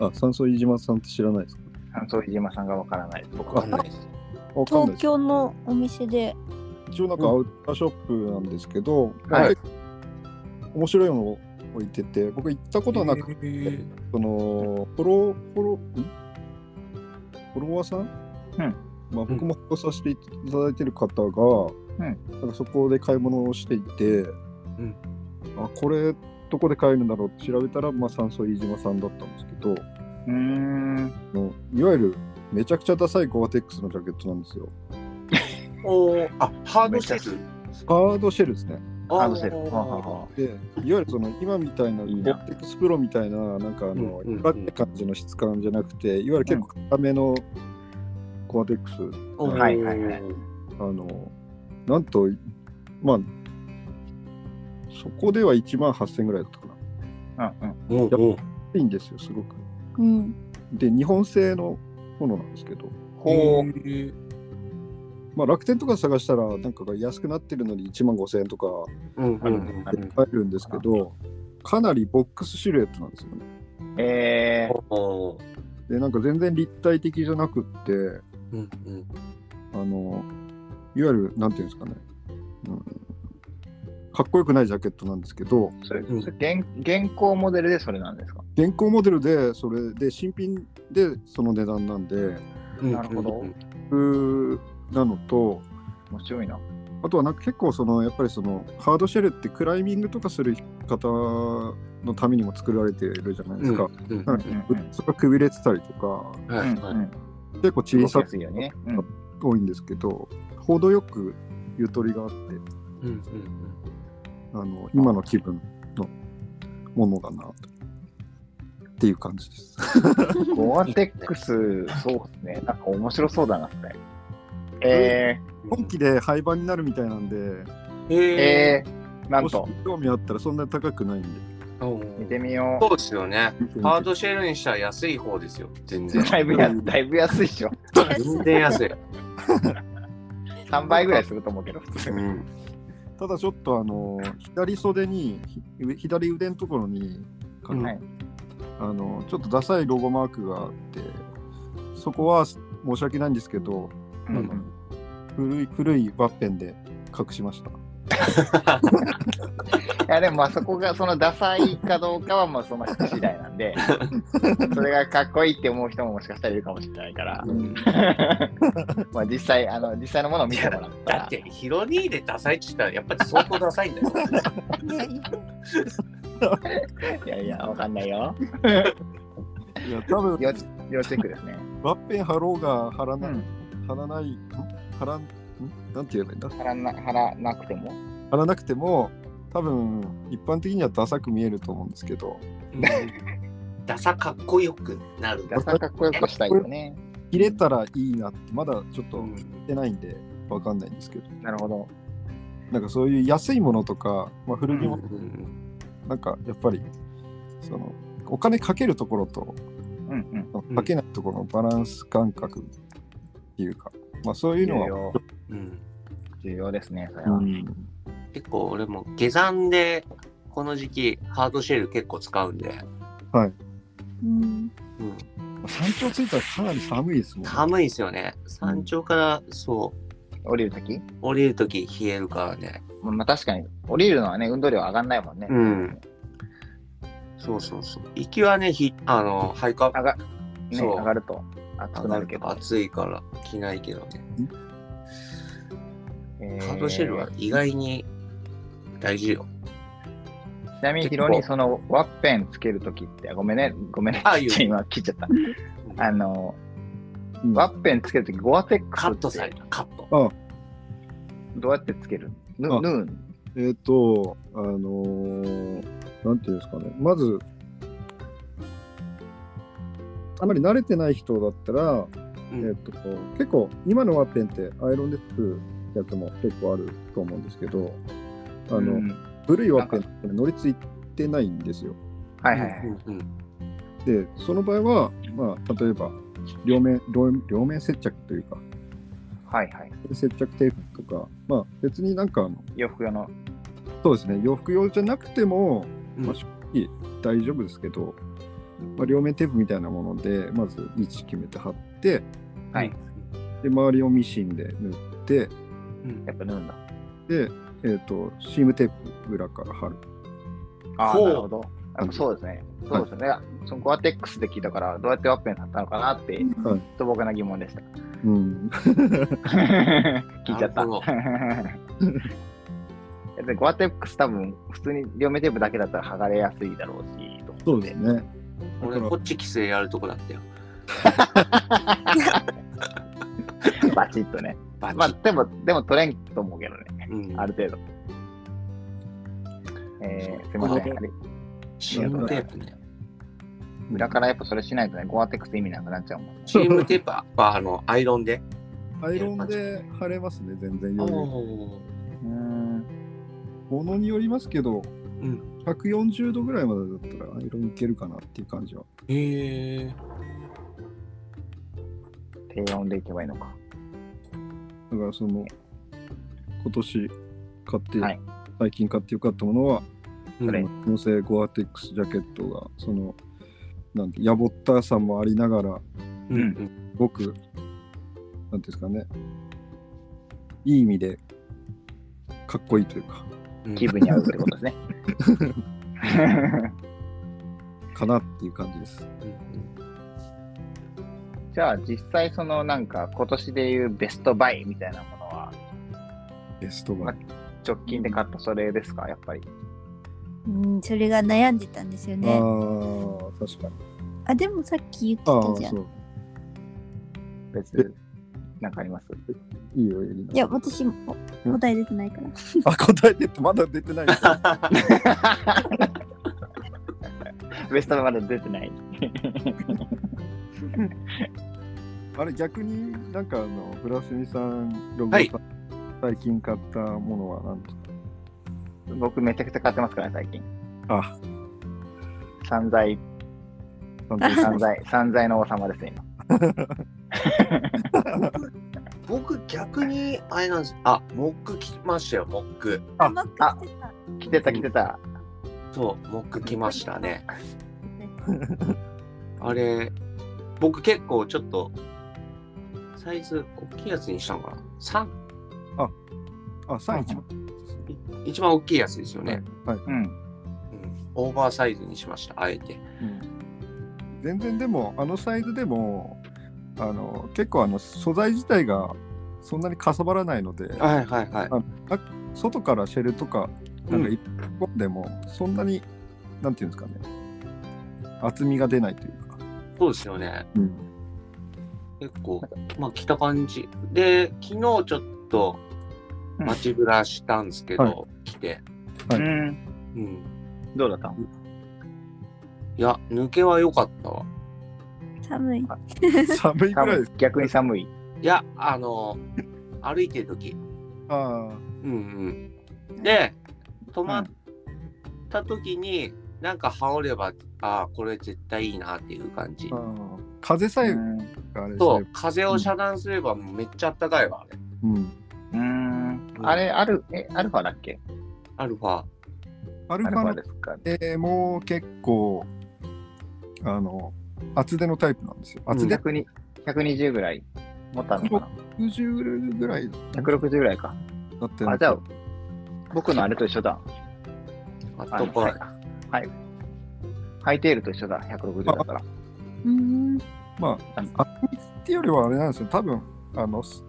A: あ山荘飯島さんって知らないですか
C: そう飯島さんがわからない。僕
B: わ
C: は
B: かんないです。
A: わかんない
D: 東
A: です
D: 京のお店で。
A: 一応なんかアウターショップなんですけど、
B: はい
A: 結構面白いものを置いてて僕行ったことはなく
B: え
A: て
B: ー
A: そのフォローフォローんフォロワーさん、
C: ん
A: まあ、僕もフォローさせていただいてる方が、
C: ん
A: なんかそこで買い物をしていて、
B: ん
A: あこれどこで買えるんだろうって調べたら、まあ、山荘飯島さんだったんですけど
C: うーん。
A: あのいわゆるめちゃくちゃダサいゴアテックスのジャケットなんですよ。
B: おお。あ、ハードシェル。
A: ハードシェルですね。
B: ハ
C: ハードシェル。はあはあはあ
A: でいわゆるその今みたいなゴ
C: いいな
A: アテックスプロみたいななんかあの、
B: うんうんうん
A: ラって感じの質感じゃなくていわゆる結構硬めのゴアテックス
C: はいはいはい
A: あの、なんと、まあ、そこでは1万8000ぐらいだったかな。
C: うん
B: おお。
A: いいんですよ、すごく。
D: うん。
A: で、日本製のものなんですけど、
C: うん。ほう。
B: ー。
A: まあ、楽天とか探したら、なんかが安くなってるのに1万5000円とか
B: うんうんうん
C: あ
A: で買えるんですけど、かなりボックスシルエットなんですよね。
C: えー、
B: おお。
A: で、なんか全然立体的じゃなくって、
B: うんうん。
A: あの、いわゆる、なんていうんですかね、うん、かっこよくないジャケットなんですけど、
C: それ、それ現現行モデルでそれなんですか
A: 現行モデルで、それで、新品でその値段なんで、
C: なるほど
A: なのと
C: 面白いな。
A: あとはなんか結構そのやっぱりそのハードシェルってクライミングとかする方のためにも作られてるじゃないですか、
B: うん
A: な
B: は
A: ので
C: うん
A: ウッズがくびれてたりとか
C: う
B: い
C: ん。
B: はい。
A: 結構
C: うん。
A: 小
C: 動
A: さ
C: きやすいようにね。うん。
A: く多いんですけど程よくゆとりがあって
B: うんうん
A: あの今の気分のものだなとっていう感じです。
C: ゴアテックス、そうですね。なんか面白そうだな、それ。え
B: うん。
A: 本気で廃盤になるみたいなんで、
C: ー、
B: え
C: えー、なん
A: もし
C: と、
A: 興味あったらそんなに高くないんで。
B: ー。お
C: 見
B: ー
C: てみよ
B: そうですよね。ハードシェルにしたら安い方ですよ。全然
C: う。。だいぶや、だいぶ安いでしょ。
B: 全然安 い。
C: 3倍ぐらいすると思うけど、普通
B: う
C: に。
B: ん。
A: ただちょっとあの左袖にひ左腕のところに、か
B: うん
C: はい
A: あのちょっとダサいロゴマークがあってそこは申し訳ないんですけど
C: うん
B: う
C: うんん。
A: 古い古いワッペンで隠しました
C: いや、でも、まあそこが、そのダサいかどうかは、まあその人次第なん で、それがかっこいいって思う人ももしかしたらいるかもしれないから、まあ実際、あの、実際のものを見てもらった
B: だ
C: ら
B: っ、て、ヒロニーでダサいって言ったら、やっぱり相当ダサいんだよ。
D: ね
C: いやいや、わかんないよ。
A: いや多分
C: 要要チェックですね。
A: ワッペン貼ろうが貼ら
C: う
A: ない、
C: ん。
A: 貼らないん貼らんんなんて言えばいいんだ
C: 腹な、腹なくても。
A: 貼らなくても多分一般的にはダサく見えると思うんですけど
B: ダサかっこよくなる。
C: ダサかっこよくしたいよね。
A: 切れたらいいなって、まだちょっ
B: う
A: と
B: ん
A: 出ないんで、わかんないんですけど、
C: なるほど。
A: なんかそういう安いものとか、まあ、古着
B: う
A: も
B: ん
A: なんかやっぱり、その、お金かけるところと、
C: うんうん。
B: うん
A: かけないところのバランス感覚っていうか、まあそういう
C: 重
A: のは、
C: 要、
B: うん
C: 重要ですね、それ
A: う
C: は。
A: ん、
B: 結構俺も下山でこの時期ハードシェル結構使うんで、
D: うん。
B: うん、
A: 山頂着いたらかなり寒いですもんね。
B: 寒いですよね山頂からそう
C: 降りるとき
B: 降りるとき冷えるからね
C: まあ確かに、降りるのはね、運動量上がんないもんね。
B: うんそうそうそう行きはねひあのハイカ
C: 上が、ね、
B: そう
C: 上がると暑くなるけど。
B: 暑いから着ないけどね
C: え
B: ハードシェルは意外に大事よ
C: ちなみにヒロにそのワッペンつけるときって、あごめんね、ごめんね、
B: あいいよ
C: 今切っちゃった。あの、
A: うん
C: ワッペンつけるとき、ゴアテックス
B: カット
C: っ
B: され
C: て
B: たカット
C: どうやってつけるぬ、
A: あ
C: ぬん。
A: えっ、と、あのーなんていうんですかね、まず、あまり慣れてない人だったら、
B: う
A: え
B: ん
A: っ、と、結構、今のワッペンってアイロンでつくやつも結構あると思うんですけど、あの、
C: うん
A: 古いワッペンって乗り付いてないんですよ。
C: はいはいはい。
B: うんうん
A: で、その場合は、まあ、例えば、両面、両両面接着というか、
C: はいはい。
A: 接着テープとか、まあ、別になんかあの、
C: 洋服用の。
A: そうですね、洋服用じゃなくても、
B: うん
A: まあ、正直大丈夫ですけど、まあ、両面テープみたいなもので、まず位置決めて貼って、
C: はい。
A: で周りをミシンで縫って、
B: うん
C: やっぱぬんだ。
A: で、えっとシームテープ裏から貼る。
C: ああ、
B: ほう
C: なるほど。やっぱそうですね。そうですね。そのゴアテックスで聞いたから、どうやってワッペン貼ったのかなって、ちょ
A: はい
C: っと僕な疑問でした。
A: うん、
C: 聞いちゃっ
B: な
C: た
B: る ほど。
C: でゴアテックス多分、普通に両面テープだけだったら剥がれやすいだろうし、と思って
A: そうですね。
B: 俺こっち規制やるとこだったよ
C: バチッとね。
B: バチ
C: まあ、でも、でも取れんと思うけどね、
B: うん
C: ある程度。えー、すいません。あれ
B: チームテープね。
C: 裏からやっぱそれしないとね、ゴアテックス意味なくなっちゃうもん。
B: チームテープはあのアイロンで。
A: アイロンで貼れますね、全然余裕。
B: お
C: うん。
A: ものによりますけど、
B: ん
A: 140度ぐらいまでだったらアイロンいけるかなっていう感じは。
B: ーへえ。
C: 低温でいけばいいのか。
A: だからその今年買って、
C: はい
A: 最近買ってよかったものは、
B: うん
C: それ
A: の性ゴアテックスジャケットがそのなんてやぼったさもありながら
B: うんうん。
A: すごくなんていうんですかねいい意味でかっこいいというか
B: うん
C: 気分に合うってことで すね。
A: かなっていう感じです。
B: うん
C: じゃあ実際そのなんか今年でいうベストバイみたいなものは
A: ベストバイ。
C: 直近で買ったそれですかやっぱり。
D: うん、それが悩んでたんですよ
A: ああ
D: ね。
A: ー確かに。
D: あ、でもさっき言って
A: ああ
D: たじゃん。
A: そう。
C: 別になんかあり ます
A: いいよエリナ。
D: いや、私もお答え出てないから。
A: あ答えてってまだ出てない。
C: ベストバイまだ出てない。
A: あれ逆になんかあのブラスミさんログ
B: はい
A: さん、最近買ったものは何ですか
C: 僕めちゃくちゃ買ってますからね最近。
A: あ
C: 散財、
A: なんていうんですか
C: 散財、 散財の王様ですね、今。
B: 僕逆にあれなんです。あ、モック来ましたよ、モック。
A: あ
D: あ、マックしてた。
C: 来てた来てた。
B: そう、モック来ましたね。あれ、僕結構ちょっとサイズ大きいやつにしたのかな。三
A: あ、三一。
B: 一番大きいやつですよね。
A: はい。
C: うん。
B: うんオーバーサイズにしました、あえて。
A: 全然でも、あのサイズでも、あの、結構あの素材自体がそんなにかさばらないので、
B: はいはいはい。
A: 外からシェルとか、なんか一本でも、そんなに、なんていうんですかね、厚みが出ないというか。
B: そうですよね。
A: うん。
B: 結構、まあ、来た感じ。で、昨日ちょっと
C: うん
B: 街ぶらしたんですけど、
A: はい
B: 来て、
A: はい
C: うん。
B: うん。
C: どうだったの
B: いや、抜けは良かったわ。
D: 寒い。
A: 寒いぐら
C: 寒
A: いで
C: い
A: す。
C: 逆に寒い。
B: いや、あの、歩いてる時
A: あ
B: うんうん。で、止まった時に、なんか羽織れば、ああ、これ絶対いいなっていう感じ
A: ああ。あ風さえ
C: うん
A: があれです
B: そ
A: ね
B: う、。風を遮断すればめっちゃあったかいわ、あれ。
A: うん。
C: うん。あれ、ある、え、アルファだっけ
B: アルファ。
A: アル
C: ア
A: フ
C: ル
A: ァ
C: ファ
A: の
C: ですかね。
A: えーもう結構、あの、厚手のタイプなんですよ。厚手
C: 100に120ぐらい持ったのか
A: 60ぐらいだ
C: な。160ぐらいか。
A: って
C: あ、じゃあ、僕のあれと一緒だ。
B: あった
C: あの
B: かい。
C: はい。はいハイテールと一緒だ、160だから。
D: うん。
A: まあ、厚みっていうよりはあれなんですよ。多分、あの、す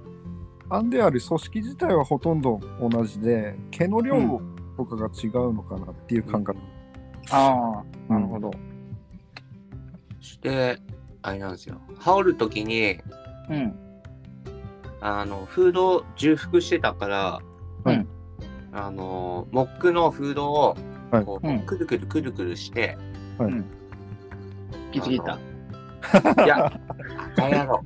A: 編んである組織自体はほとんど同じで、毛の量とかが違うのかなっていう感覚。
C: ああ、なるほど。
B: して、あれなんですよ。羽織る時に、
C: うん。
B: あの、フードを重複してたから、
A: はい
B: あの、モックのフードを、
A: はい
B: こ
C: うん
B: う、くるくるくるくるして、
C: 引きちぎった。
B: いや、あれやろ。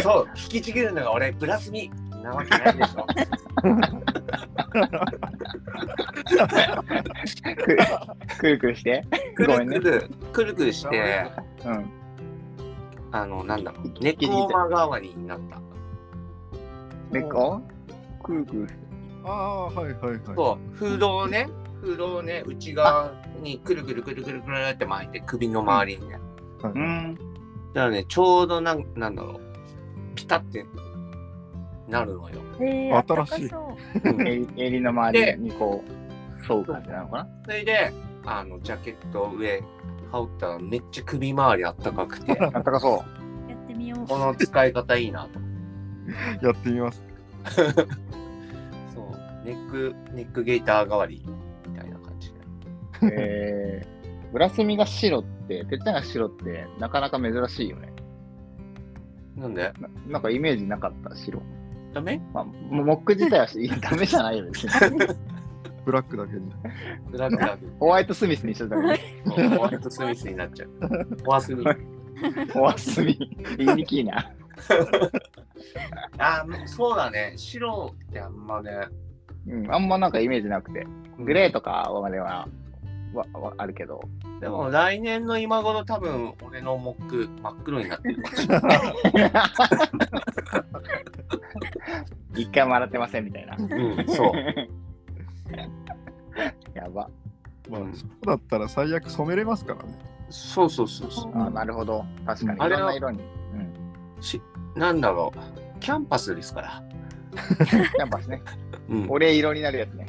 B: そう、引きちぎるのが俺、プラスになわけないでしょ。
C: くくるくるして。
B: く
C: ご
B: る
C: めん
B: く
C: ね
B: る、くるくるして、
C: うん。
B: あの、なんだろう、
C: 引きちぎった
B: 猫マガワニになった。
C: 猫くるくる。
A: ああ、はいはいはい。
B: そう、フードをね、フードをね、内側にくるくるくるくるくるって巻いて、首の周りにね。
A: はい
C: うん。
B: だからね、ちょうどなん、なんだろう、ピタってなるのよ。
D: えー、
A: 新しい
D: あったかそう
B: うん
C: 襟襟の周りにこう、沿う感じなのかな
B: それで、あの、ジャケットを上、羽織ったらめっちゃ首周りあったかくて、
C: あったかそ
D: やってみよう。
B: この使い方いいなと。
A: やってみます。
B: そう、ネック、ネックゲーター代わりみたいな感じで。
C: う。えー、ブラスミが白って、てっちゃんが白って、なかなか珍しいよね。
B: なんで
C: ななんかイメージなかった、白。
B: ダメ
C: まあ、もモック自体はしダメじゃないよ、別に。
A: ブラックだけに。
B: ブラックラグ。
C: ホワイトスミスにしてたけ
B: ホワイトスミスにな っちゃう。ホワスミ。
C: ど、ホワスミ、言いにくいな。
B: あー、そうだね。白ってあんまね。
C: うん、あんまなんかイメージなくて。グレーとかまでは、わわあるけど。
B: でも来年の今頃多分俺のモック真っ黒になってるかもしれない。
C: 一回も洗ってませんみたいな。
B: うん、そう。
C: やば。
A: まあ
B: う、ん
A: そうだったら最悪染めれますからね。
B: そうそうそうそう。
C: あなるほど。確かに。
B: あ
C: い
B: れ
C: ろん
B: は
C: な色に。うん。
B: しなんだろう。キャンパスですから。
C: キャンパスね。
B: うん、
C: 俺色になるやつね。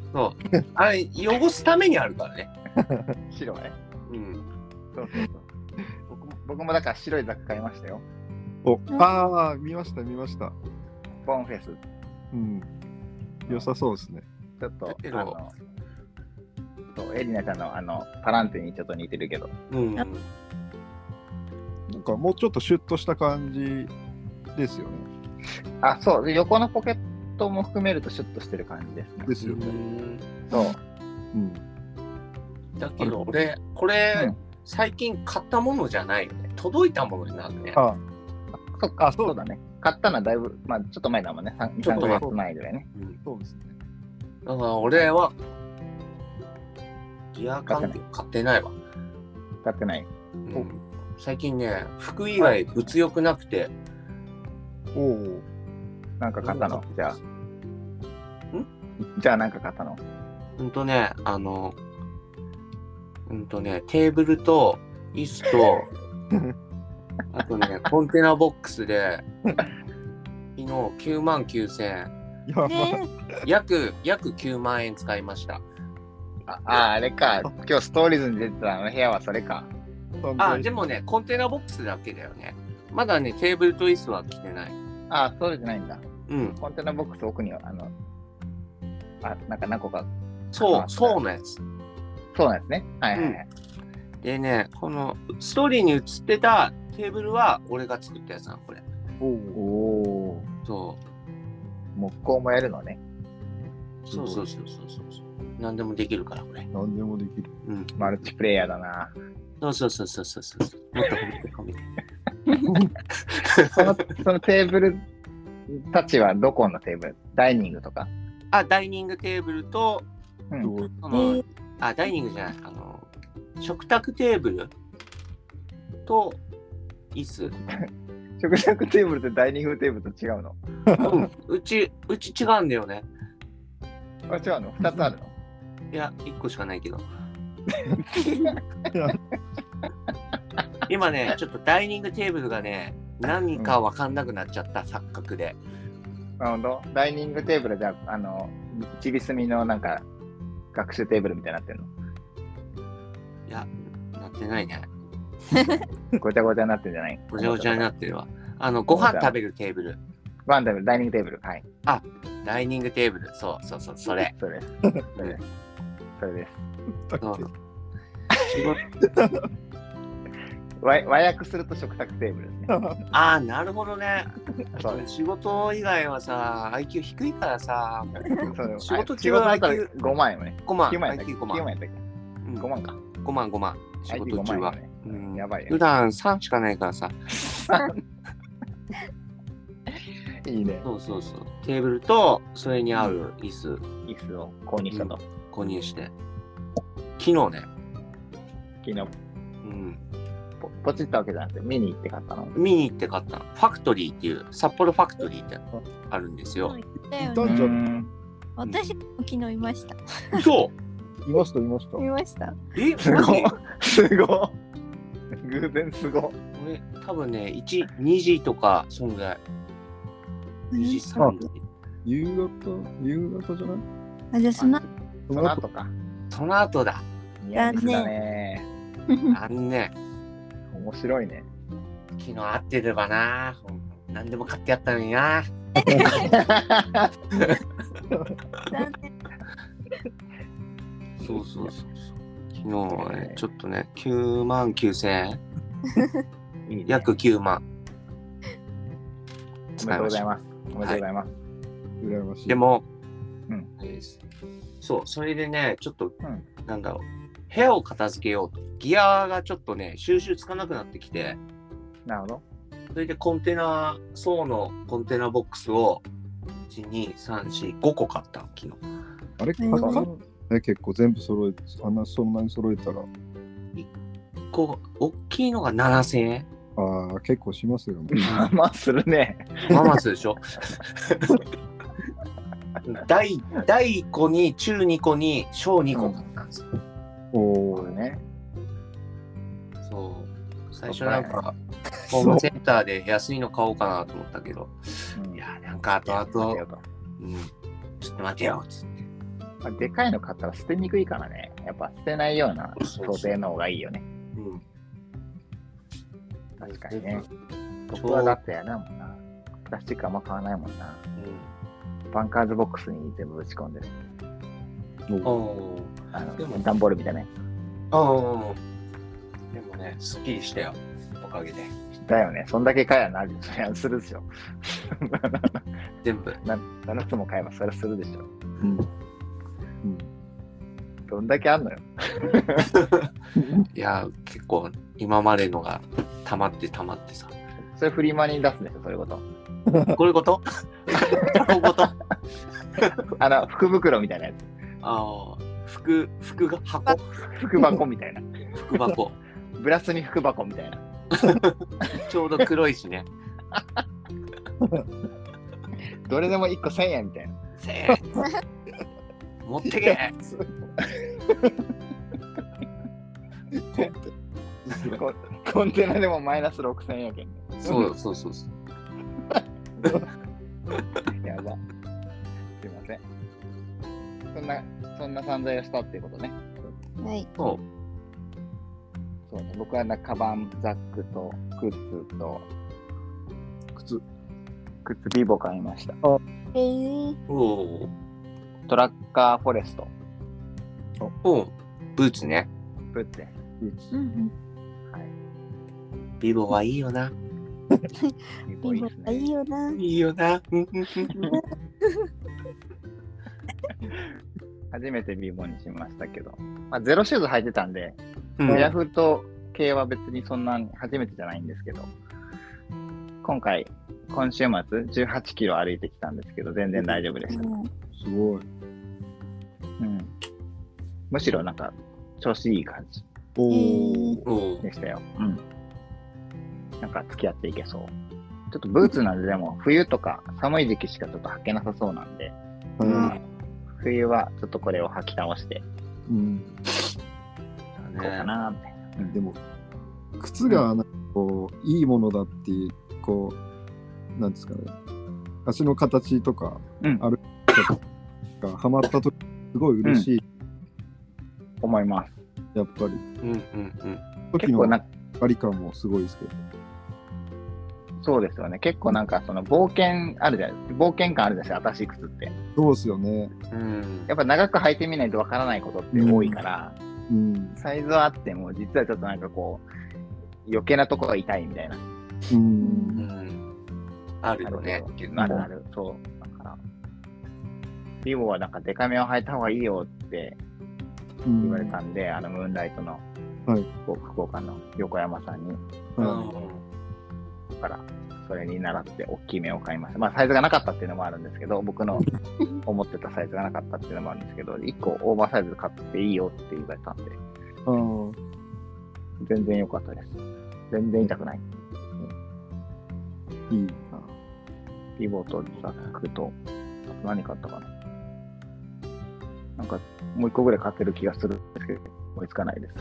B: あれ、汚すためにあるからね。
C: 白ね。
B: うん。
C: そうそうそう。僕も僕もだから白いザック買いましたよ。
A: お、ああ、見ました見ました。
C: ボンフェス。
A: うん。良さそうですね。
C: ちょっ
B: だ
C: と、
B: け
C: あ
B: ど
C: の、そうエリナちゃんのあの、パランテにちょっと似てるけど。
B: うん。
A: なんかもうちょっとシュッとした感じですよね。
C: あ、そう。で横のポケットも含めるとシュッとしてる感じですね。
A: ですよ
B: う
A: ね。
B: ん
C: そう。
A: うん。
B: だけど俺、これ、
C: うん
B: 最近買ったものじゃないよね。届いたものになるね。
A: あ、
C: そっか、
A: あそう
C: そうだね。買ったのはだいぶ、まあちょっと前だもんね。3、
B: ちょっ
C: 3
B: と
C: ヶ
B: 前
C: 月前ぐらいね。
B: うん
A: そうですね。
B: だから俺は、ギア関係買ってないわ。
C: 買ってない。
B: うん最近ね、服以外物欲なくて、
A: おお。
C: なんか買ったのじゃあ。
B: ん
C: じゃあなんか買ったの
B: ほんとね、あの、うんとね、テーブルと椅子 と、あとね、コンテナボックスで、昨日9万9000円、
A: やばい。
D: ね
B: 約、約9万円使いました。
C: ああ、あ れか。今日ストーリーズに出てたあの部屋はそれか。
B: あ、でもね、コンテナボックスだけだよね。まだね、テーブルと椅子は来てない。
C: ああ、そうじゃないんだ。
B: うん。
C: コンテナボックス奥には、あの、あ、なんか何個か、
B: そう、
C: あ
B: そうのやつ。
C: そうなんですね。はいはいはい。
B: でね、このストーリーに映ってたテーブルは俺が作ったやつなの、これ。
A: おお。
C: おお。
B: そう。
C: 木工もやるのね。
B: そうそうそうそうそうそう。何でもできるから、これ。
A: 何でもできる。
B: うん。
C: マルチプレイヤーだな。
B: そうそうそうそうそうそう。もっと褒めて褒めて。
C: そのそのテーブルたちはどこのテーブルダイニングとか。
B: あ、ダイニングテーブルと、
C: うん
A: そう
B: そ
D: え
B: の、
D: ー、
B: あ、ダイニングじゃない、あの、食卓テーブルと、椅子。
C: 食卓テーブルとダイニングテーブルと違うの
B: うん、 うち、うち違うんだよね。
C: あ違うの ?2 つあるの
B: いや、1個しかないけど。今ね、ちょっとダイニングテーブルがね、何か分かんなくなっちゃった、錯覚で。
C: なるほど。ダイニングテーブルじゃあ、あの、ちびすみのなんか、学習テーブルみたいになってる
B: いや、なってないね。
C: の。ごちゃごちゃになってるんじゃない
B: ごちゃごちゃになってるわ。あの、ご飯食べるテーブル。
C: ご飯食べる、ダイニングテーブル。はい。
B: ダイニングテーブル。そうそうそう、それ。
C: それです。それです。それです。
A: だっ
B: そう
A: て
B: 仕事
C: 和和訳すると食卓テーブ ルですね。
B: ああ、なるほどね。
C: そうです。
B: 仕事以外はさ、IQ 低いからさ、
C: そうです
B: 仕事
C: 仕
B: 中
C: 事だ
B: は
C: ったら
B: IQ5
C: 5万円もね。
B: 万、
C: 9万円だっけ
B: IQ5
C: 9万
B: 万。
C: 円だっけ
B: うん
C: ?5 万か。
B: 5万、5万。仕
C: IQ
B: 事
C: 5
B: 中
C: 万
B: は
C: 円、。ね。
B: うん
C: やばいね
B: 普段3しかないからさ、
C: いいね。
B: そうそうそう。テーブルと、それに合う椅子
C: 椅子を購入したと。
B: 購入して。昨日ね、
C: 昨日
B: うん、
C: ポ、ポチったわけじゃなくて、見に行って買ったの。
B: 見に行って買ったのファクトリーっていう、札幌ファクトリーってあるんですよ。
D: だ
A: う
D: よ
A: ん
D: ね。
C: ん。
D: 私も昨日いました。
B: 嘘
A: いました、いました。
D: いました。
B: え
C: すごい
B: 何。
C: すごい。偶然すごい。
B: 俺多分ね、1、2時とか、そんぐらい。2時、3時。
A: 夕方、夕方じゃない
D: あじゃあその
A: そ
C: そ
A: の
C: の
A: 後
C: 後か。
B: その後だ。
C: いや、見たね。
B: あのね、
C: 面白いね。
B: 昨日会ってればな。ほん何でも買ってやったのにな。
D: 残念
B: そうそうそうそう。昨日はね、ちょっとね、9万9000円。
C: いいね
B: 約9万。
C: おめでとうございます。おめでとうございます。
A: 羨ましい。
B: で、も、
C: うん
B: あれですそう、それでね、ちょっと、
C: ん
B: なんだろう、部屋を片付けようと。ギアがちょっとね、収集つかなくなってきて、
C: なるほど。
B: それでコンテナ、層のコンテナボックスを、1、2、3、4、5個買ったの、昨日。
A: あれ、か
D: うん
A: かね、結構全部揃えて、あんなそんなに揃えたら、
B: こう、大きいのが7000円。
A: ああ、結構しますよね。
C: まあまあするね。
B: ママスでし ょ第第1個に中2個に小2個買ったんですよ、
A: お
C: そう
A: ー、
C: ね。
B: そう最初なんかホームセンターで安いの買おうかなと思ったけど
C: うん
B: いやなんか後々、
C: ありがと
B: うん、ちょっと待てよっつっ
C: うまあでかいの買ったら捨てにくいからね。やっぱ捨てないような
B: そうそう
C: 想定の方がいいよね。
B: て、うん、
C: 確かにね。
B: そう
C: 僕はだってやだもんな。プラスチックあんま買わないもんな。バンカーズボックスに全部ぶち込んでる。
B: うん、おー
C: あの
B: でも
C: 段ボールみたいなや
B: あーでもねすっきりしたよおかげで
C: つ。だよね。そんだけ買えばなる。そりゃするでしょ。
B: 全部、
C: な7つも買えばそれはするでしょ。
A: うん。うん。
C: どんだけあんのよ。
B: いや結構今までのが溜まって溜まってさ
C: それフリマに出すんでしょ、そういうこと。
B: こういうことこういうこと
C: あの、福袋みたいなやつ。
B: ああ、服、服が箱
C: 福箱みたいな。
B: 服箱。
C: ブラスに福箱みたいな。
B: ちょうど黒いしね。
C: どれでも1個1000円みたいな。
B: せえ。持ってけ
A: コンテ
C: コ コンテナでもマイナス6000円やけんね。
B: そうそうそうそう。
C: やば。すいません。そんな、そんな散財をしたっていうことね。
D: はい。
B: そ
C: そうね。僕はな、カバン、ザックと、靴と、
A: 靴。
C: 靴ビボ買いました。
D: えー、
B: う。おー
C: トラッカーフォレスト。
B: おー。ブーツね。
C: ブッて。
D: うんうん。
B: ビボはいいよな。
C: ビボいい
D: 今
C: です
D: いい
C: ね。
D: よな。
B: いいよな。うんうんうん
C: 初めてビーボンにしましたけど、まあ、ゼロシューズ履いてたんで、
B: う
C: グ
B: ん
C: ラフと系は別にそんな初めてじゃないんですけど、今回、今週末18キロ歩いてきたんですけど、全然大丈夫でした。
A: す
C: う
A: ごい。
C: ん、むしろなんか調子いい感じ
A: おお、
D: え
B: おう
C: でしたよ。うん。なんか付き合っていけそう。ちょっとブーツなんででも冬とか寒い時期しかちょっと履けなさそうなんで、
A: は
C: 冬はちょっとこれを履き倒して
A: い。うん。
C: いこうかなって。
A: でも、靴がなんかこう、いいものだっていう、こう、なんですかね。足の形とか
C: うん、
A: あがはまったとき、すごい嬉しい。
C: 思います。
A: やっぱり。
B: うんうん
A: 時
C: 結
A: の
C: 構なん
A: あり感もすごいですけど。
C: そうですよね。結構なんかその冒険あるじゃない冒険感あるじゃないですか、新しい靴って。
A: そうですよね。
B: うん。うん
C: やっぱ長く履いてみないとわからないことって多いから、
A: うん。
C: サイズはあっても実はちょっとなんかこう、余計なとこが痛いみたいな。
A: うん
B: う。ん。あるよね。
C: あるある。そう。だから、リボはなんかデカめを履いた方がいいよって
A: うん
C: 言われたんで、あのムーンライトの、
A: はい
C: 福岡福岡の横山さんに、
B: う
A: は
B: ん
C: だから、それに習って大きい目を買いました。まあ、サイズがなかったっていうのもあるんですけど、僕の思ってたサイズがなかったっていうのもあるんですけど、1個オーバーサイズ買っていいよって言われたんで、
A: あー
C: 全然良かったです。全然痛くない。
A: いいな。
C: リボとザックと、あと何買ったかな。なんか、もう一個ぐらい買ってる気がするんですけど、追いつかないです。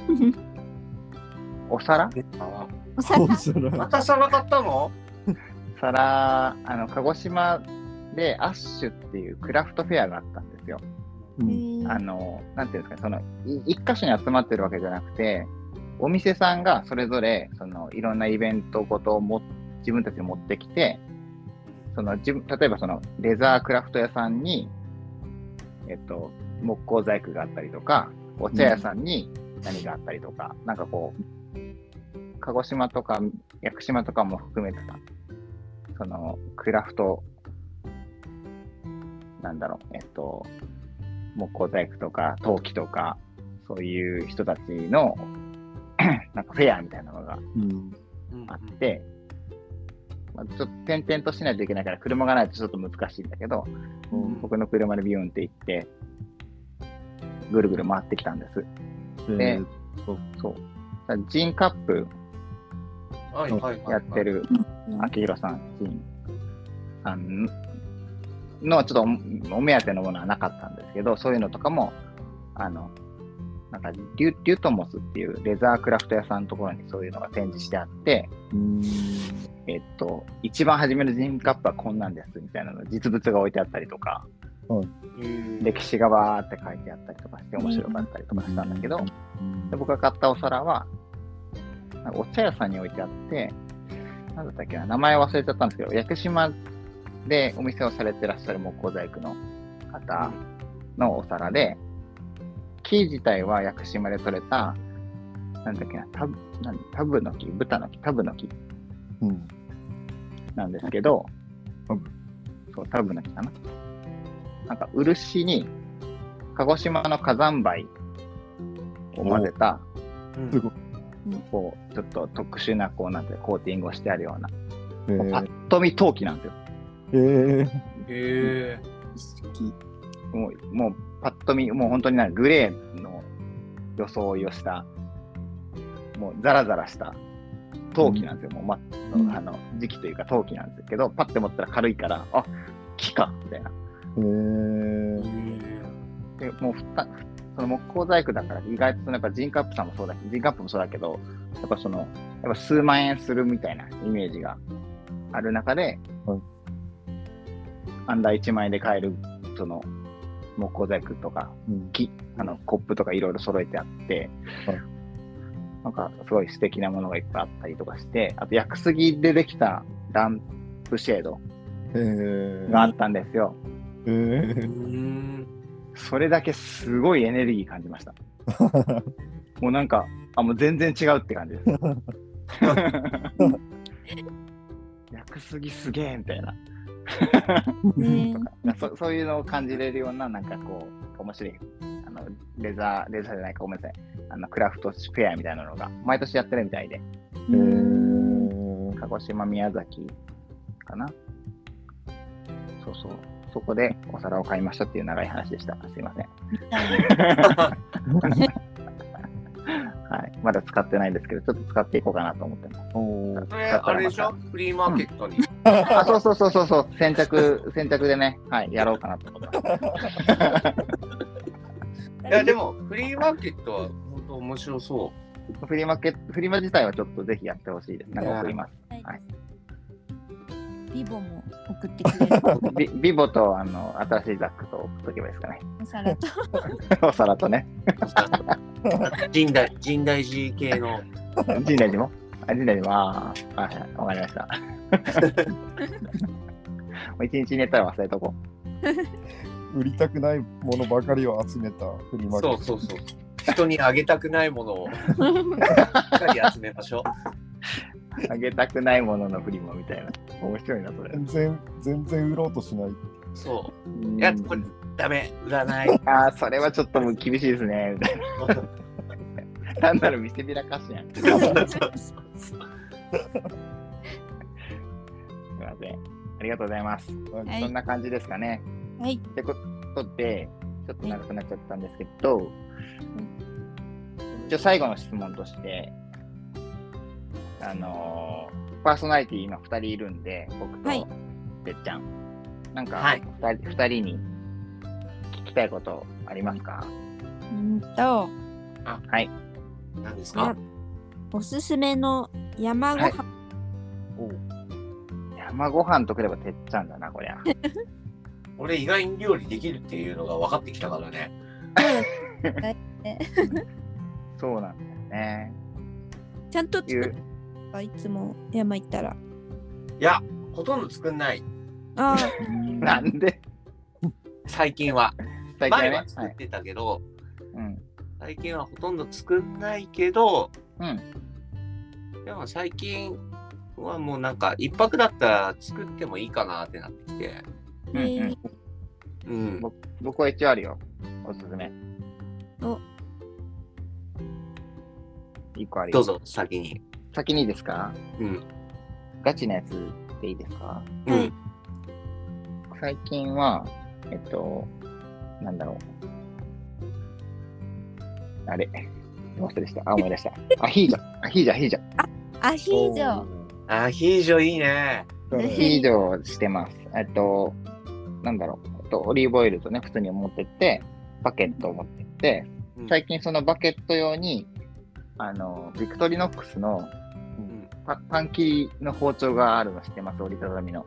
C: お皿
B: あ
D: お
A: そう
D: 魚
A: じゃ
B: ま
A: な
B: たさなかったの
C: 皿、あの、鹿児島でアッシュっていうクラフトフェアがあったんですよ。
A: い。うん
C: あの、なんていうんですかね、その、い一箇所に集まってるわけじゃなくて、お店さんがそれぞれ、その、いろんなイベントごとをも自分たちで持ってきて、その、自分、例えばその、レザークラフト屋さんに、えっと、木工細工があったりとか、お茶屋さんに何があったりとか、なんかこう、鹿児島とか屋久島とかも含めてた、その、クラフト、なんだろう、えっと、木工細工とか陶器とかそういう人たちの なんかフェアみたいなのが
A: うん。
C: あって、まあ、ちょっと転々としないといけないから車がないとちょっと難しいんだけど
B: うん
C: 僕の車でビューンって行ってぐるぐる回ってきたんです
A: えー
C: そうだからジンカップ
B: はいはいはい。
C: やって。る
D: うん
C: 秋広さんジンさんのちょっとおお目当てのものはなかったんですけどそういうのとかもあのなんかリュリュトモスっていうレザークラフト屋さんのところにそういうのが展示してあって、
A: うん。
C: えっと、一番初めのジンカップはこんなんですみたいなの実物が置いてあったりとか歴史がわーって書いてあったりとかして面白かったりとかしたんだけど、で僕が買ったお皿は、なんかお茶屋さんに置いてあって、なんだったっけな、名前忘れちゃったんですけど、屋久島でお店をされてらっしゃる木工細工の方のお皿で、木自体は屋久島で採れた、なんだっけな、タブなんタブの木、豚の木、タブの木
A: うん。
C: なんですけど、
A: タブ
C: そう、タブの木かな。なんか、漆に、鹿児島の火山灰を混ぜた、
B: うん
A: すごい。
C: こう、ちょっと特殊な、こう、なんていうのコーティングをしてあるような、
A: え
C: もうパ
A: ー
C: ッと見陶器なんですよ。
A: えー。
B: へえ。
D: 好き
C: もう、もうパッと見、もう本当になんかグレーの装いをした、もうザラザラした陶器なんですよ。もう、ま、
D: うん
C: あの、時期というか陶器なんですけど、パッて持ったら軽いから、あ、木かみたいな。
A: えー。
C: でもうふたその木工細工だから意外とそのやっぱジンカップさんもそうだしジンカップもそうだけどやっぱそのやっぱ数万円するみたいなイメージがある中で、
A: はい
C: アンダー1万円で買えるその木工細工とか
A: うん。
C: あのコップとかいろいろ揃えてあって、
A: はい
C: なんかすごい素敵なものがいっぱいあったりとかしてあと屋久杉でできたランプシェード
A: えー。
C: があったんですよ、
A: え ー。
B: うん。
C: それだけすごいエネルギー感じましたもうなんか、あ、もう全然違うって感じです。屋久杉すげえみたいな
D: ね
C: そ。そういうのを感じれるような、なんかこう、面白いよあのレザー、レザーじゃないか、ごめんなさい。あのクラフトフェアみたいなのが、毎年やってるみたいで、
A: え
D: うん
A: ー
C: 鹿児島、宮崎かな。そうそう。そこでお皿を買いましたっていう長い話でした。すいません。 はい。まだ使ってないんですけど、ちょっと使っていこうかなと思ってます。
A: おー
B: それ、あれでしょフリーマーケットに。
C: あ、そうそうそうそうそう。洗濯、洗濯でね、はい、やろうかなと思ってます。
B: いや、でも、フリーマーケットは本当面白そ
C: フリマーケット、フリマ自体はちょっとぜひやってほしいです。なんか送ります。はい
D: リボも送ってくれる
C: ビビボと、あの、新しいザックと送っとけばいいですかね。
D: お皿 と。
C: お皿とね。
B: う。神代、神代寺系の。
C: 神代寺もあ、神代寺も、ああ、はいはい、わかりました。 もう一日寝たら忘れとこ
A: 売りたくないものばかりを集めたフリマーケ
B: そうそ
A: ット。
B: うそう。人にあげたくないものをしっかり集めましょ
C: う。あげたくないもののフリマみたいな。面白いな、それ。
A: 全然、全然売ろうとしない。
B: う。そう。いや、これ、ダメ、売らない。
C: ああ、それはちょっともう厳しいですね。みたいな単なる見せびらかしやん。すいません。ありがとうございます。
A: は
D: はい
C: そんな感じですかね。
D: はい。
C: ってことで、ちょっと長くなっちゃったんですけど、じゃあ最後の質問として、あのーパーソナリティ今2人いるんで、僕と
D: はい
C: てっちゃん、なんか
B: はい
C: 2, 人二人に聞きたいことありますか
D: うんと、
B: 何ですか
D: おすすめの山ご飯、
C: 山ご飯とくればてっちゃんだな、 こりゃ。
B: 俺、意外に料理できるっていうのが分かってきたからね。
C: そうなんだよ ね。
D: ちゃんと作
C: い
D: っ
C: う
D: たいつも山行ったら。
B: いや、ほとんど作んない。
D: ああ、
A: い。
C: なんで
B: 最近は。
C: 最近
B: 前
C: ね
B: は。
C: は
B: 作っ
C: い
B: てたけど、
C: うん
B: 最近はほとんど作んないけど、
C: うん
B: でも最近はもうなんか一泊だったら作ってもいいかなってなってきて、
C: うん
D: えー
C: うん
B: うん、
C: 僕は一応あるよ。おすすめ。
D: お
C: 一個あるよ。
B: どうぞ先に。
C: 先にいいですか
B: うん。
C: ガチなやつでいいですか
B: う
D: はい
B: ん。
C: 最近は、えっと、なんだろう。あれ忘れした。あ、思い出した。アヒージャ。アヒージャ、アヒージャ。
D: アヒージョ。
B: アヒージョいいね。
C: アヒージャをしてます。 えっと、なんだろう。えっと、オリーブオイルとね、普通に持ってって、バケットを持ってって、
B: うん
C: 最近そのバケット用に、あの、ビクトリノックスの
B: ん
C: パパン切りの包丁があるの知ってます折りたたみの。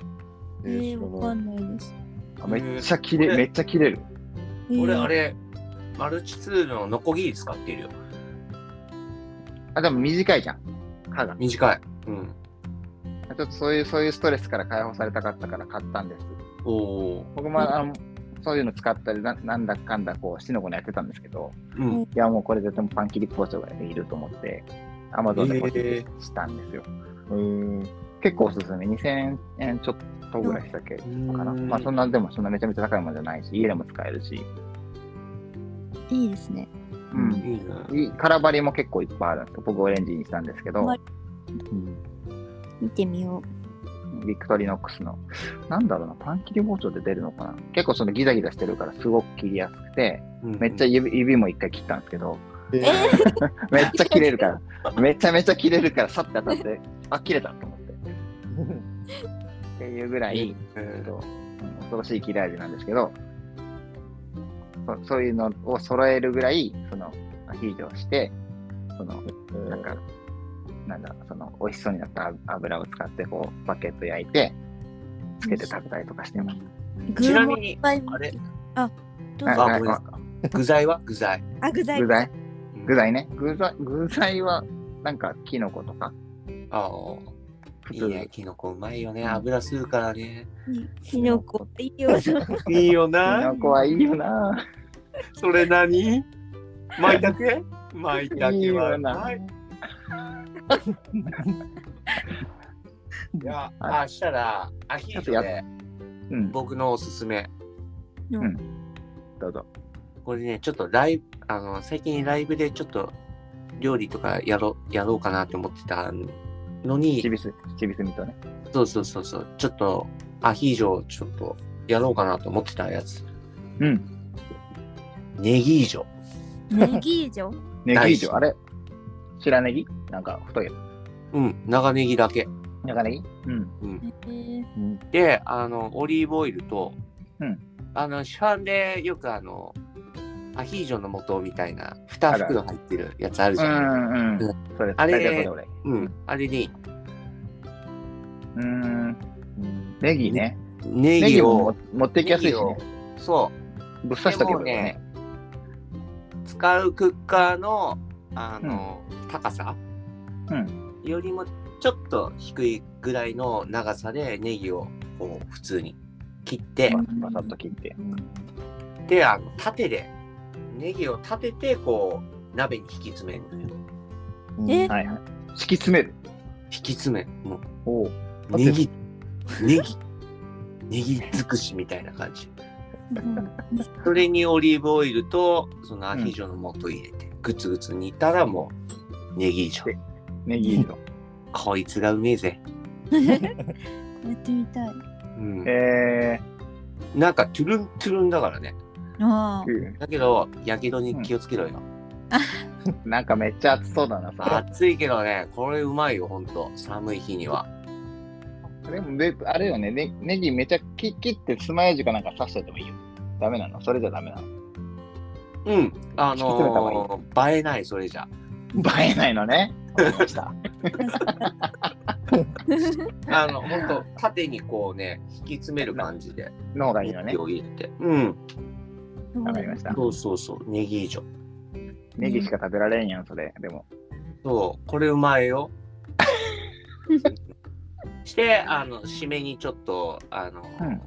D: えー、わかんないです。
C: あ
B: へー
C: めっちゃ切れ、
B: これ
C: めっちゃ切れる。
D: えー
B: 俺あ。れ、マルチツールのノコギリ使ってるよ。
C: あ、でも短いじゃん。歯が。
B: 短い。うん。
C: ちょっとそういう、そういうストレスから解放されたかったから買ったんです。
B: おお。
C: 僕もあの、そういうの使ったりな、なんだかんだこう、しのこのやってたんですけど、
B: うん。
C: いやもうこれ絶対パン切り包丁がいると思って、アマゾンでポチ
B: え
C: したんですよ。
A: えー
C: 結構おすすめ。2000円ちょっとぐらいしたっけかな。
B: うん
C: まあそんな、でもそんなめちゃめちゃ高いもんじゃないし、家でも使えるし、
D: いいですね。
C: うん。
B: いいない
C: い空張りも結構いっぱいあるんですよ。僕オレンジにしたんですけど、
D: はい
A: うん
D: 見てみよ
C: ビクトリノックスの、なんだろうな、パン切り包丁で出るのかな。結構そのギザギザしてるからすごく切りやすくて、
B: うん
C: めっちゃ指指も一回切ったんですけど、
A: え
C: めっちゃ切れるから、めちゃめちゃ切れるから、さって当たって、あ、切れたと思って。っていうぐらい、
B: う
C: えっ
B: ん
C: とうん恐ろしい切れ味なんですけど、そそういうのを揃えるぐらい、その、アヒージョをして、その、
A: ー
C: なんか、なんだ、その、美味しそうになった油を使って、こう、バケット焼いて、
D: う。
C: つけて食べたりとかしてます。
D: 具
B: ちな
D: も
B: み
D: い
B: に
D: っ、ぱい
B: あれ
D: あ、どう
C: はい
D: ぞ。
B: あごめんなさ具材は 具材。
D: あ、具材
C: 具。材
B: うん
C: 具材ね。具材、具材は、なんか、キノコとか、
B: ああ。
C: 普
B: い
C: 通
B: い
C: に
B: ね、キノコうまいよね。油吸うからね。
D: きのこ。いいよ。
B: いいよ
C: キノコはいいよな
B: それ何舞茸舞茸
C: いい
B: は
C: よ
B: うま。
C: ない
B: いや、あ、したら、アヒージョで
C: うん、
B: 僕のおすすめ、
C: どうぞ。
B: これね、ちょっとライブ、あの、最近ライブでちょっと料理とかやろう、やろうかなって思ってたの
C: ち
B: に、
C: びす、ちびすみとね。
B: そうそうそうそう、ちょっとアヒージョをちょっとやろうかなと思ってたやつ。
C: うん。
B: ネギージョ。
D: ネギージョ
C: ネギ以上、
B: 大
C: あれ白ネギなんか太いや
B: うん、長ネギだけ。
C: つ。長ネギうん。
A: うん
B: で、あの、オリーブオイルと、
C: うん
B: あの、市販でよくあの、アヒージョの素みたいな、2袋入ってるやつあるじ
C: う
B: ゃん。
C: んう。
B: うん
C: それ、
B: あれ
C: 大体それ俺。
B: うん、あれに、
C: うーん。
A: うん
C: ネギね。
B: ネ
C: ネギ
B: ギ
C: も
B: を、
C: 持ってきやすいし
B: ネギ
C: ね
B: を。そう、
C: ぶっ刺しとけばい
B: で
C: いよね。
B: 使うクッカーのあの、高さ
C: うん。
B: よりもちょっと低いぐらいの長さでネギをこう普通に切って、
C: バサッと切って。
B: であの縦でネギを立ててこう鍋に引き詰めるのよ
A: うん
D: え
C: はいはい。敷き詰める。
B: 引き詰めも
C: おお。
B: うネギネギ ネギ尽くしみたいな感じそれにオリーブオイルとそのアヒージョの素入れて、グツグツ煮たらもうネギ以上
C: でネギ以上。
B: こいつがうめえぜ、
D: やってみたい。
B: うん、
C: え
B: なんかトゥルントゥルンだからね
D: ああ
C: ー、う
B: だけど、やけどに気をつけろよ。
C: んなんかめっちゃ熱そうだな、さ。
B: 暑いけどね、これうまいよ、ほんと。寒い日には。
C: でもで、あれよね、ねネギめちゃ切切って爪楊枝かなんか刺しといてもいいよ。ダメなのそれじゃダメなの
B: うん。あ
C: 引き詰めた方
B: のー映えない、それ じゃ。
C: 映えないのね。わかりました。
B: あの、ほんと、縦にこうね、引き詰める感 じで、
C: の方がいいのね
B: ネギ。を入れて。うん。
C: わかりました。
B: そうそうそう、ネギ以上。
C: ネギしか食べられんやん、それ。でも。
B: そう、これうまいよ。 して、あの、締めにちょっと、あの、
C: うん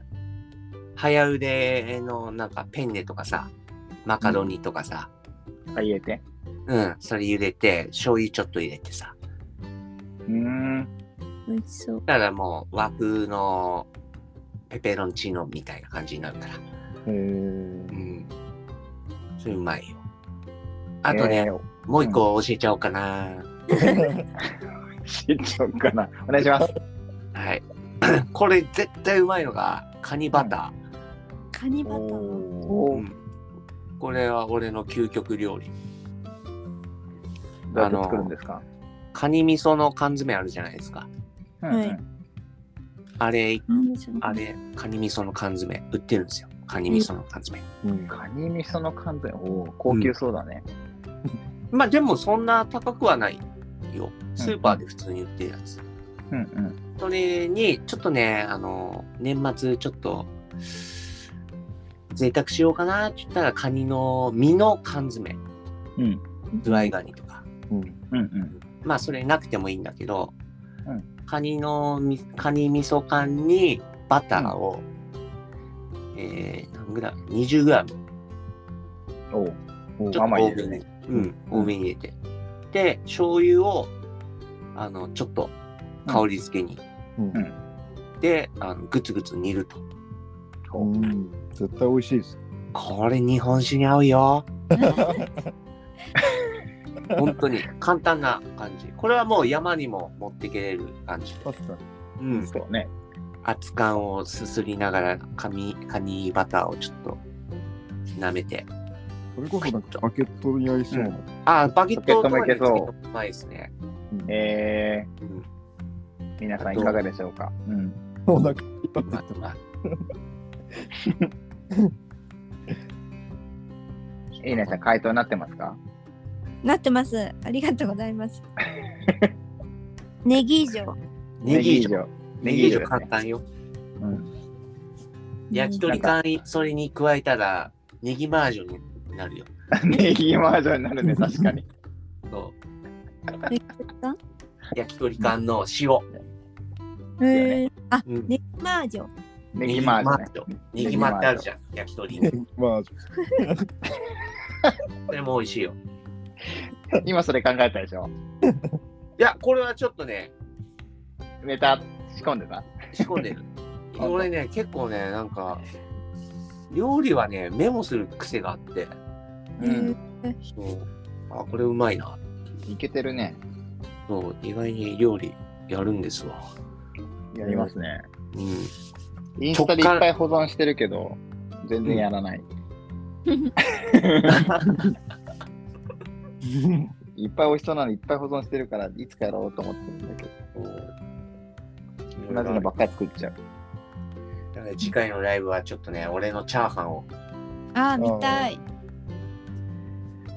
B: 早腕のなんかペンネとかさ、マカロニとかさ、
C: あ、入れて。
B: うん、それ茹でて、醤油ちょっと入れてさ。
C: うーん。
D: 美味しそう。
B: だからもう和風のペペロンチーノみたいな感じになるから。
A: えー
B: うん。それうまいよ。あとね、
C: えー
B: もう一個教えちゃおうかな。
C: 知っちゃおうかな。お願いします。
B: はい。 これ絶対うまいのが、カニバタ
D: カニバター。
C: お
B: ー。
C: お
B: う。んこれは俺の究極料理。
C: どうやって作るんですか
B: カニ味噌の缶詰あるじゃないですか。
C: う
D: あ
C: んう
D: の
C: ん。
B: あれ、
D: なんでしょうね
B: あれ、カニ味噌の缶詰売ってるんですよ。カニ味噌の缶詰。
A: うん
C: カニ味噌の缶詰。おお、高級そうだね。
B: まあでもそんな高くはないよ。スーパーで普通に売ってるやつ。
C: うんうん。
B: それに、ちょっとね、あの、年末ちょっと、贅沢しようかなって言ったら、カニの身の缶詰、
C: うん
B: ズワイガニとか。
A: うん
C: うんうん。
B: まあそれなくてもいいんだけど、
C: うん
B: カニのみ、カニ味噌缶にバターを、えー、何グラム ?20 グラム。
C: おお。
A: お
B: ち
C: ち
B: ょ
C: ょ
B: っと多
C: っと多
B: め
C: め
B: に
C: に、
B: うん、多めに入れて。で、醤油を、あの、ちょっと香り付けに。
A: うん
B: で、あのグツグツ煮ると。
A: うん絶対美味しいです。
B: これ日本酒に合うよ。 本当に簡単な感じ。これはもう山にも持ってけれる感じ。
A: 確かに。
B: うん。
C: そうね。
B: 熱燗をすすりながら、カニ、カニバターをちょっと舐めて。
A: それこそなんかバケットに合いそうな。
B: あ、バゲットとかにつけて
C: バゲットもいけ
B: も
C: そう
B: まいですね。
A: うん
C: え
B: うん。
C: ー、皆さんいかがでしょうか。うん。
A: もうなんか
B: うまいうまい
C: エイナちゃん、回答になってますか
D: なってます。ありがとうございます。ネギ以上。
B: ネギ以上。
C: 上。
B: ネ
C: ネ
B: ギ
C: ギ
B: 以
C: 以
B: 上
C: 上
B: 簡単よ。
C: うん。
B: 焼き鳥缶それに加えたらネギバージョンになるよ。
C: ネギバージョンになるね、確かに。
B: そう
D: ネギか
B: 焼き鳥缶の塩。
D: へえ。あ、
B: うん
D: ネギマージョ。
C: ネギバージョンね。
B: ネギマってあるじゃん、焼き鳥。
A: まあ
B: それも美味しいよ。
C: 今それ考えたでしょ。
B: いや、これはちょっとね、
C: ネタ仕込んでた。
B: 仕込ん でる。
C: あ
B: 俺ね、結構ね、なんか、料理はね、メモする癖があって、
C: うん。
B: そう。あ、これうまいな。
C: いけてるね。
B: そう、意外に料理やるんですわ。
C: やりますね。
B: うん。
C: インスタでいっぱい保存してるけど、全然やら ない。いっぱい美味しそうなのいっぱい保存してるから、いつかやろうと思ってるんだけど、同じのばっかり作っちゃう。
B: だから次回のライブはちょっとね、俺のチャーハンを
E: ああ、見たい。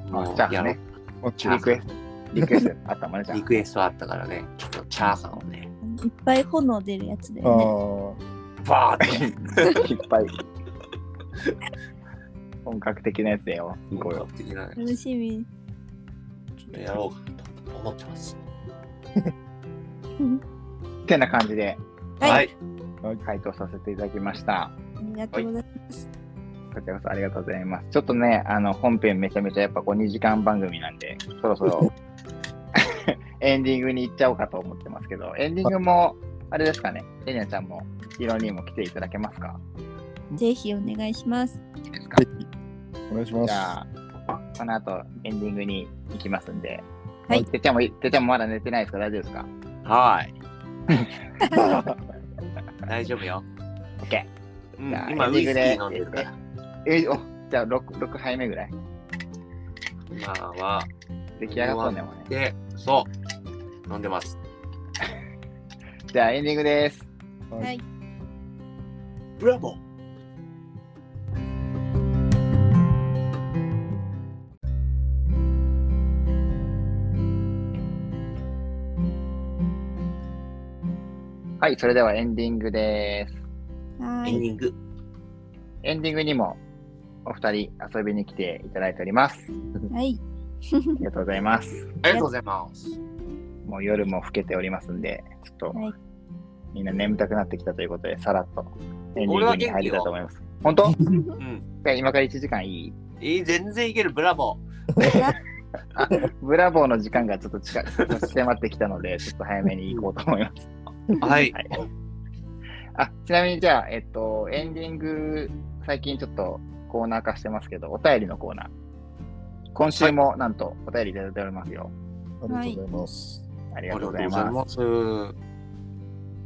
B: もう
C: チャーハンね
B: やろ
A: まあ
B: チャーハン
C: リクエスト。リクエストあったまねち
B: う
C: ゃん
B: リ。クエストあったからね、ちょっとチャーハンをね、
D: いっぱい炎出るやつだ
A: あ
D: よ
A: ー
B: バーって。
C: いっぱい。本格的なやつだよ。行こう
B: 本
C: よ。
B: 格的なね
D: ね。楽しみ。
B: ちょっとやろうかなと思ってます。
C: ってな感じで
D: はい
B: い。
C: 回答させていただきました。
D: ありがとうございます。
C: こちらこそありがとうございます。ちょっとね、あの本編めちゃめちゃやっぱこう2時間番組なんで、そろそろエンディングに行っちゃおうかと思ってますけど、エンディングもあれですかね、エリナちゃんもヒロにも来ていただけますか
D: ぜひお願いします。
A: お願いしま
C: じ
A: す。
C: ゃあ、この後エンディングに行きますんで。
D: はい
C: てっちゃんも、てっちゃんもまだ寝てないですか大丈夫ですか
B: はい。大丈夫よ。
C: オッケ
B: う
C: じゃあ
B: ん、今、
C: エン
B: ウ
C: デ
B: イ
C: ィング
B: スキ
C: で
B: ー飲んでるから。
C: ー。えい、お、じゃあ6、六杯目ぐらい
B: 今は、
C: 出来上がったね、もうね。
B: で、そう、飲んでます。
C: じゃあエンディングです。
A: はい
D: はい。
B: ブラボー
C: はい、それではエンディングです。
D: は
B: エン
D: い。
B: ディング。
C: エンディングにもお二人遊びに来ていただいております。
D: はい。
C: ありがとうございます。
B: ありがとうございます。
C: もう夜も更けておりますんで、ちょっと、
D: はい
C: みんな眠たくなってきたということで、さらっとエンディン
B: 俺
C: グ
B: は元気
C: に
B: よ
C: 入りたいと思います。本当じ
B: うん。
C: ゃあ今から1時間いい
B: いい、全然いける、ブラボー。
C: ブラボーの時間がちょっと近く迫ってきたので、ちょっと早めに行こうと思います。
B: はい。
C: あちなみにじゃあ、えっと、エンディング、最近ちょっとコーナー化してますけど、お便りのコーナー。今週もなんとお便りいただいておりますよ。
A: ありがとうございます。
C: あ
B: あ
C: りがとうございます。
B: す。は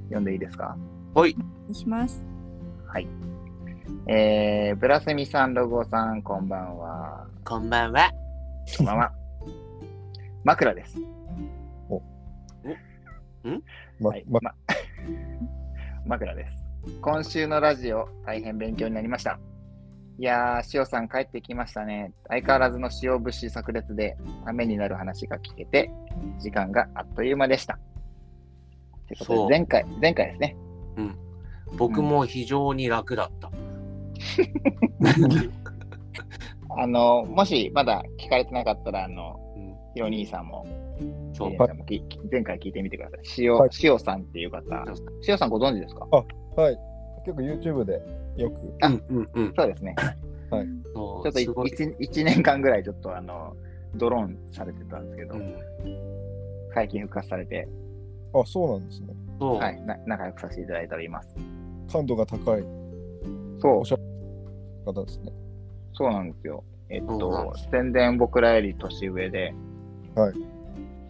C: 読んでいいですか
B: い。
D: お願いします。
C: はい。えー、ブラスミさん、ロゴさん、こんばんは。
B: こんばんは。
C: こんばんは。枕です。
A: ま
C: はい、
A: ま
C: ま 枕です。今週のラジオ、大変勉強になりました。いやー、塩さん帰ってきましたね。相変わらずの塩節炸裂で、ためになる話が聞けて、時間があっという間でした。ということで
B: そう
C: 前回、前回ですね。
B: 僕も非常に楽だった。
C: あの、もしまだ聞かれてなかったら、あの、
B: うん。
C: ヒロ兄さんも、
B: そう
C: ヒロ兄さんもきき前回聞いてみてください。塩、
A: はい
C: 塩さんっていう方。塩さんご存知ですか
A: はい。結構 YouTube でよく。
B: うんうんうん。
C: そうですね。
A: はい
B: そ
C: ちょっと
B: すごい
C: 1, 年間ぐらいちょっとあのドローンされてたんですけど、
B: うん
C: 最近復活されて、
A: あ、そうなんですね。
B: そう、
C: はい、な仲良くさせていただいております。
A: 感度が高い
C: そう
A: お、しゃ方ですね。
C: そうなんですよ。えっ
B: そうなん
C: と
B: で、
C: 全然僕らより年上で、
A: はい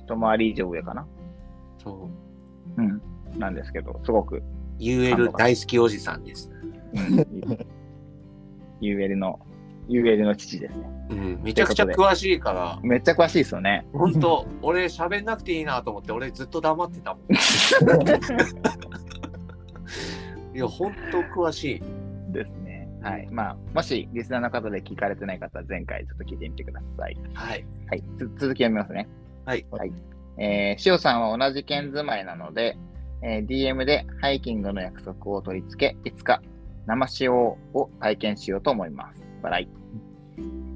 C: 一回り以上上かな、
B: そう。
C: うん、なんですけど、すごく
B: UL 大好きおじさんです。
C: うん UL の、UL の父ですね。
B: うん。めちゃくちゃ詳しいから、
C: めっちゃ詳しいですよね。
B: 本当俺喋んなくていいなと思って、俺ずっと黙って たもん。いや、本当詳しい。
C: ですね。はい。まあ、もしリスナーの方で聞かれてない方は前回ちょっと聞いてみてください。
B: はい。
C: はい、つ続き読みますね。
B: はい。
C: はい。えー、塩さんは同じ県住まいなので、えー DM でハイキングの約束を取り付け、いつか生塩を体験しようと思います。笑い。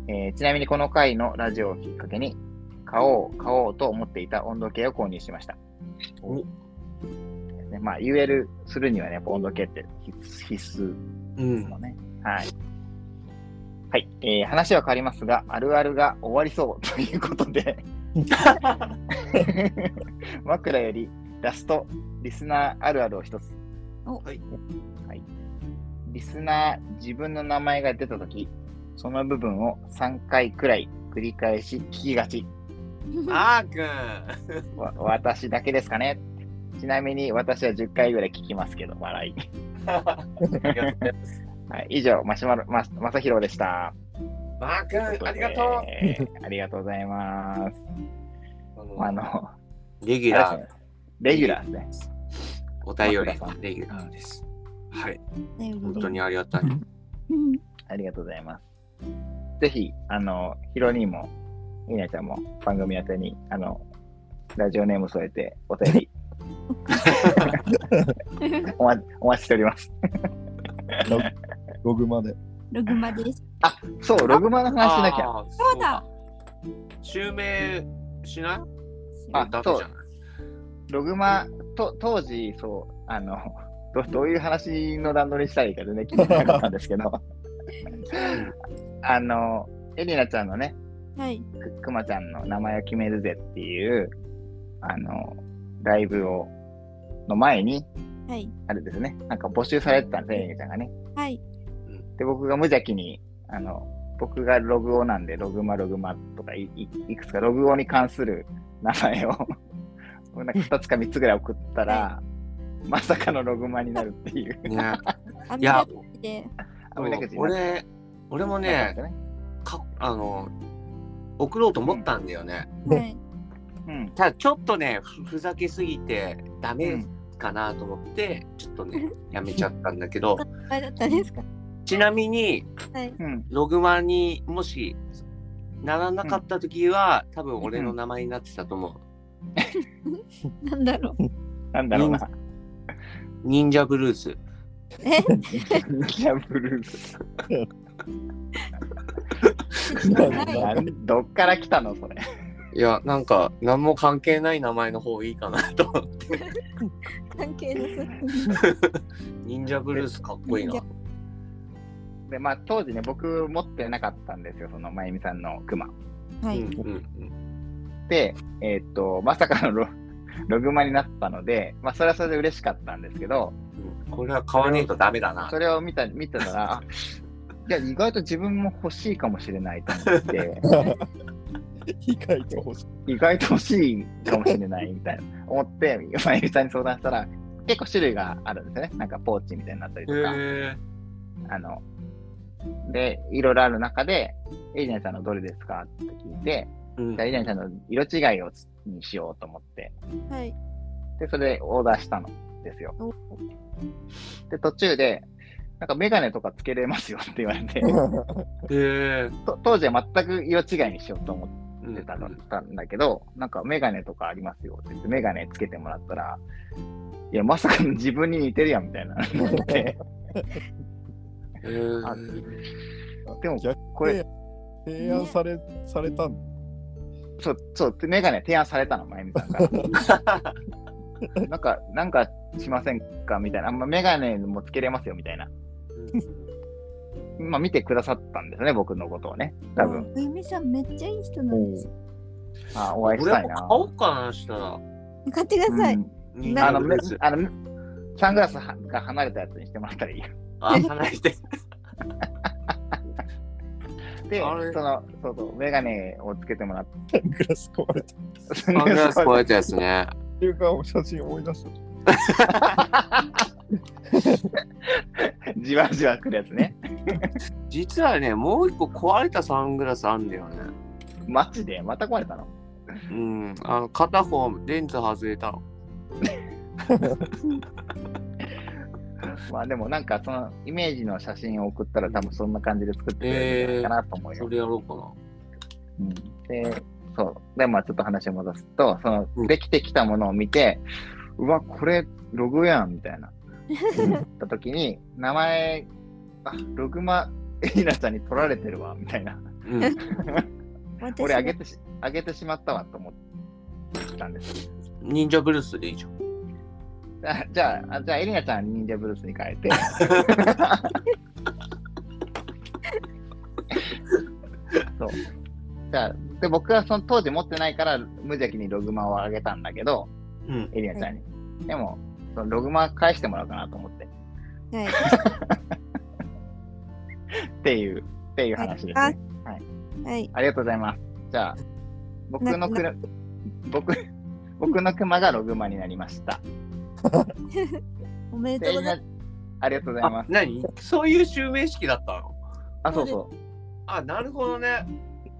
C: えーちなみにこの回のラジオをきっかけに、買おう、買おうと思っていた温度計を購入しました。
B: お
C: ですねまあ、UL するにはね、やっぱ温度計って必必須
B: う
C: です
B: ん
C: も。んね。はい。はい、えー話は変わりますが、あるあるが終わりそうということで、 枕よりラスト、リスナーあるあるを一つ。
D: お
B: はい
C: はいリスナー、自分の名前が出たとき、その部分を3回くらい繰り返し聞きがち。
B: あーくん。
C: わ私だけですかねちなみに私は10回ぐらい聞きますけど、笑い。
B: ありがとうございます。
C: はい、以上、マシュマロ、ま、まさひろでした。
B: マー君、ありがと
C: えーありがとうございます。
B: う。
C: あの、
B: レギュラー、
C: レギュラーですね。
B: お便りのレギュラーです。はい、本当にありがたい。
D: うん
C: ありがとうございます。ぜひ、あの、ヒロ兄も、イナちゃんも番組宛てに、あの、ラジオネーム添えてお便りお,、ま、お待ちしております。
A: ログログまで。
D: ログマです。
C: そう、ログマの話しなきゃ。
B: あー。
E: そうだ。
B: 襲名しない
C: あ
B: ダメじゃない
C: ログマ、と当時、そう、あの、どどういう話の段取りしたらいいか全然決めてなかったんですけど、あの、エリナちゃんのね、
D: はい。
C: くくまちゃんの名前を決めるぜっていう、あの、ライブを、の前に、
D: はい。
C: あれですね、なんか募集されてたんですね、エリナちゃんがね。
D: はい。
C: で、僕が無邪気に、あの、僕がログオなんで、ログマログマとかい、いいくつかログオに関する名前を、 なんか2つか3つぐらい送ったら、まさかのログマになるっていう。
B: ね
D: あ
B: いや
D: みだくじで。
C: あみだくじになっ
B: 俺、俺も
C: なか
B: ね
C: った、ね。
B: かあの、送ろうと思ったんだよね。
D: はい。
C: うん。
B: ただ、ちょっとね、ふふざけすぎて、ダメかなと思って、ちょっとね、やめちゃったんだけ ど、
D: あれだったんですか。
B: ちなみに、
D: はい。
C: うん。
B: ログマにもし、ならなかった時は、多分俺の名前になってたと思う。
D: なんだろう。
C: なんだろうな。
B: 忍者ブルース。
D: え、
C: ギャブルー
A: な
C: ズ。どっから来たのそれ。
B: いや、なんか、何も関係ない名前の方いいかな と思って。
D: 関係なさ
B: 忍者ブルースかっこいいな。
D: 忍
C: で、まあ当時ね、僕持ってなかったんですよ、そのまゆみさんのクマ。
D: そう。は
B: うん
D: い。
B: うん
C: で、えーっと、まさかのロ ログマになったので、まあそれはそれで嬉しかったんですけど、
B: うん。これは買わねえとダメだな
C: そ。れを見た見てたら、あいや、意外と自分も欲しいかもしれないと思って、
A: 被害と欲しい。
C: 意外と欲しいかもしれないみたいな、思って、まゆみさんに相談したら、結構種類があるんですよね。なんかポーチみたいになったりとか、
B: へえ。
C: あの、で、いろいろある中で、エリナさんのどれですかって聞いて、
B: うん
C: じゃあエリナさんの色違いをつにしようと思って、
D: はい。
C: で、それでオーダーしたのですよ。
D: お
C: で、途中で、なんかメガネとかつけれますよって言われて、
B: へえ。
C: と当時は全く色違いにしようと思って、
B: うん
C: ってたのたんだけど、なんかメガネとかありますよって言って、メガネつけてもらったら、いや、まさかの自分に似てるやんみたいな。 で
B: へえ
C: あでも、
A: 逆
C: これ、
A: 提案され、されたん
C: そう、そう、でメガネ提案されたの、まゆみさんから。 なんか、なんかしませんかみたいな。あんまメガネもつけれますよみたいな。まあ、見てくださったんですね、僕のことをね。多分、
D: うみさんめっちゃいい人なんです。
A: だ。
C: あお会いし
B: 俺
C: たい
B: も買
C: な。
B: おうかな、したら。
D: 買ってください。
B: 忍
C: うん、あ
B: 者
C: の、
B: ブ
C: め
B: ルース。
C: あのサングラスはが離れたやつにしてもらったらいいよ。
B: あ、離 れて。
C: で、
B: あれ
C: その、そうそう、メガネをつけてもらっ
A: サングラス壊れた。
C: サン
B: サングラス壊れたやつね。
A: っていうか、写真思い出した。
C: じわじわくるやつね。
B: 実はね、もう一個壊れたサングラスあんだよね。
C: マジでまた壊れたの
B: うん。あの、片方、レンズ外れたの。
C: まあでもなんかそのイメージの写真を送ったら多分そんな感じで作ってくれるんじゃないかなと思う
B: そ
C: よ。
B: れやろうかな。
C: うんで、そう。で、まあちょっと話を戻すと、その
B: うん
C: できてきたものを見て、うわ、これログやんみたいな。思った時に、名前、あ、ログマ エリナちゃんに取られてるわ、みたいな。
B: うん。
D: 私
C: 俺あげてし、あげてしまったわと思ったんですよ。
B: 忍者ブルースでいいじゃん。
C: あじゃあ、あじゃあエリナちゃん忍者ブルースに変え て。そう。じゃあ、で、僕はその当時持ってないから、無邪気にログマをあげたんだけど、
B: うん。
C: エリナちゃんに。でも、そのログマ返してもらおうかなと思って。
D: はい。
C: っていうっていう話ですね。
D: はい。
C: ありがとうございます。じゃあ、僕のくら、僕、僕の熊がログマになりました。
D: おめでと
C: で
D: うござい
C: 今
D: ま
C: ありがとうござ
B: あ
C: いま、す。
B: 何そういう襲名式だったの
C: あ、そうそう。
B: あ、なるほどね。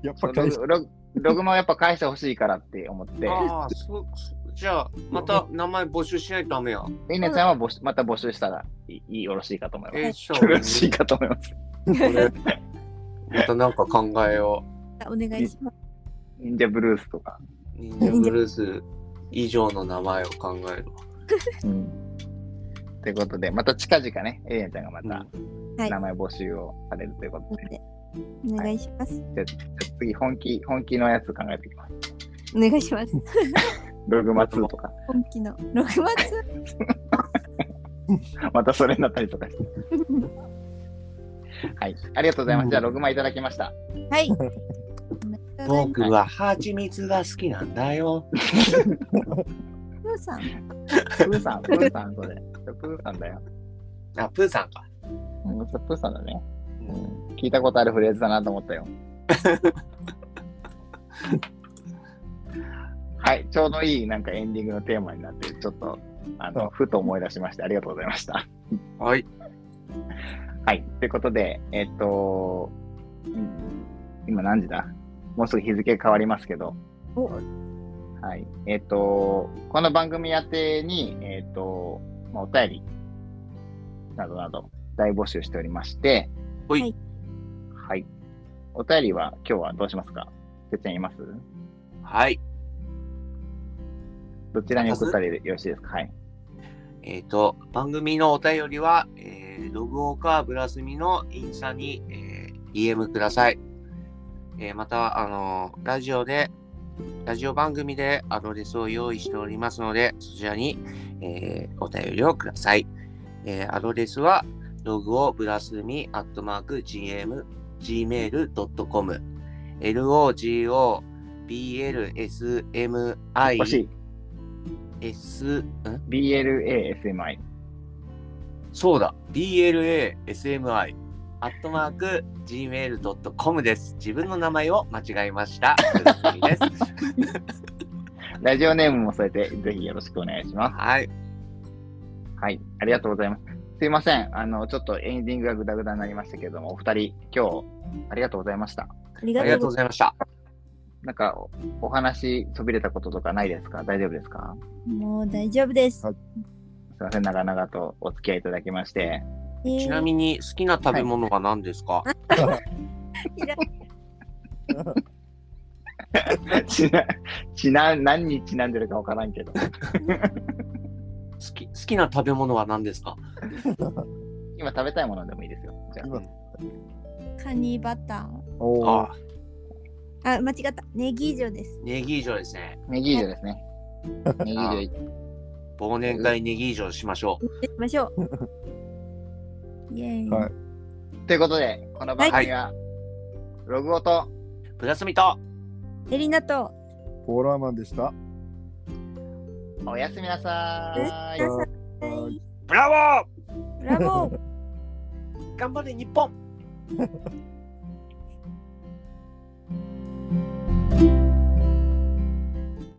A: やっ
C: そ
A: ぱ
C: う
A: 返
C: ロ
A: し
C: グログログマをやっぱ返してほしいからって思って、
B: あ あ、そう、じゃあ、また名前募集しないとダメや。
C: みねちゃんは募集また募集したらいいよろしいかと思います。
B: えー、 しょ
C: よろしいかと思います。
B: またなんか考えよ
D: す。お願いします。
C: 忍者ブルースとか。
B: う。忍者ブルース以上の名前を考えるわ。
C: うん。ということで、また近々ね、エイエンちゃんがまた
D: はい
C: 名。前募集をされるということで、
D: お願いします。
C: じゃあ次本気、本気のやつ考えていきます。
D: お願いします。
C: ログマ2とか、
D: 本気の6月。
C: またそれになったりと かして。はい、ありがとうございます。じゃあ、ログマいただきました。
D: はい。
B: 僕は蜂蜜が好きなんだよ。
D: ふうさん。
C: プー さん、プーさん、それ。プーさんだよ。
B: あ、プーさんか。
C: うんプーさんだね。うん聞いたことあるフレーズだなと思ったよ。はい、ちょうどいいなんかエンディングのテーマになって、ちょっとあ
A: そ
C: の
A: う
C: ふと思い出しまして、ありがとうございました。
B: はい。
C: はい、ということで、えっと、うん今何時だもうすぐ日付変わりますけど、
D: お
C: はい、えっと、この番組宛てに、えっと、まあ、お便りなどなど大募集しておりまして、
B: ほい
D: はい
C: はい。お便りは今日はどうしますかてっちゃんいます
B: はい。
C: どちらに送ったらよろしいですかはい。
B: えっ、と、番組のお便りは、えー、ログオーカーブラスミのインスタに、えー DM ください。えーまた、あのーラジオで、ラジオ番組でアドレスを用意しておりますので、そちらに、えーお便りをください。えーアドレスは、ログオブラスミアットマーク GM、gmail.com、logo, blsmi,
C: 欲しい。
B: s, ん
C: BLASMI。
B: そうだ、BLASMI、アットマーク、gmail.com です。自分の名前を間違えました。鈴木です
C: ラジオネームも添えて、ぜひよろしくお願いします。
B: はい。
C: はい。ありがとうございます。すいません。あの、ちょっとエンディングがグダグダになりましたけれども、お二人、今日、ありがとうございました。
D: あり
B: あ
D: が
B: り
D: と
B: が
D: う
B: とう
D: ご
B: ご
D: ざい
B: ざいました。
C: なんかお、お話、飛び出たこととかないですか大丈夫ですか
D: ます。もう大丈夫です。
C: すいません。長々とお付き合いいただきまして。
B: ちなみに好きな食べ物は何ですか、
D: に。いら
C: ちな、ちな、何にちなんでるかわからんけど。
B: 好き好きな食べ物は何ですか
C: 今食べたいものでもいいですよ。じゃあ
A: 今
D: カニバター。
A: おー
B: ああ、
D: あ、間違った。ネギ以上です。
B: ネギ以上ですね。
C: ネギ以上ですね。ネギ以上い
B: 忘年会ネギ以上しましょう。
D: 行きましょう。イェーイ。
A: はい
C: ということで、この番組は、ログオと、
B: プラスミと、
D: エリナと。
A: ポーラーマンでした。
C: おやすみなさーい。
D: 皆さ
A: は
D: ん
A: い
B: ブラボ
D: ブラボー
B: ー頑張れ日本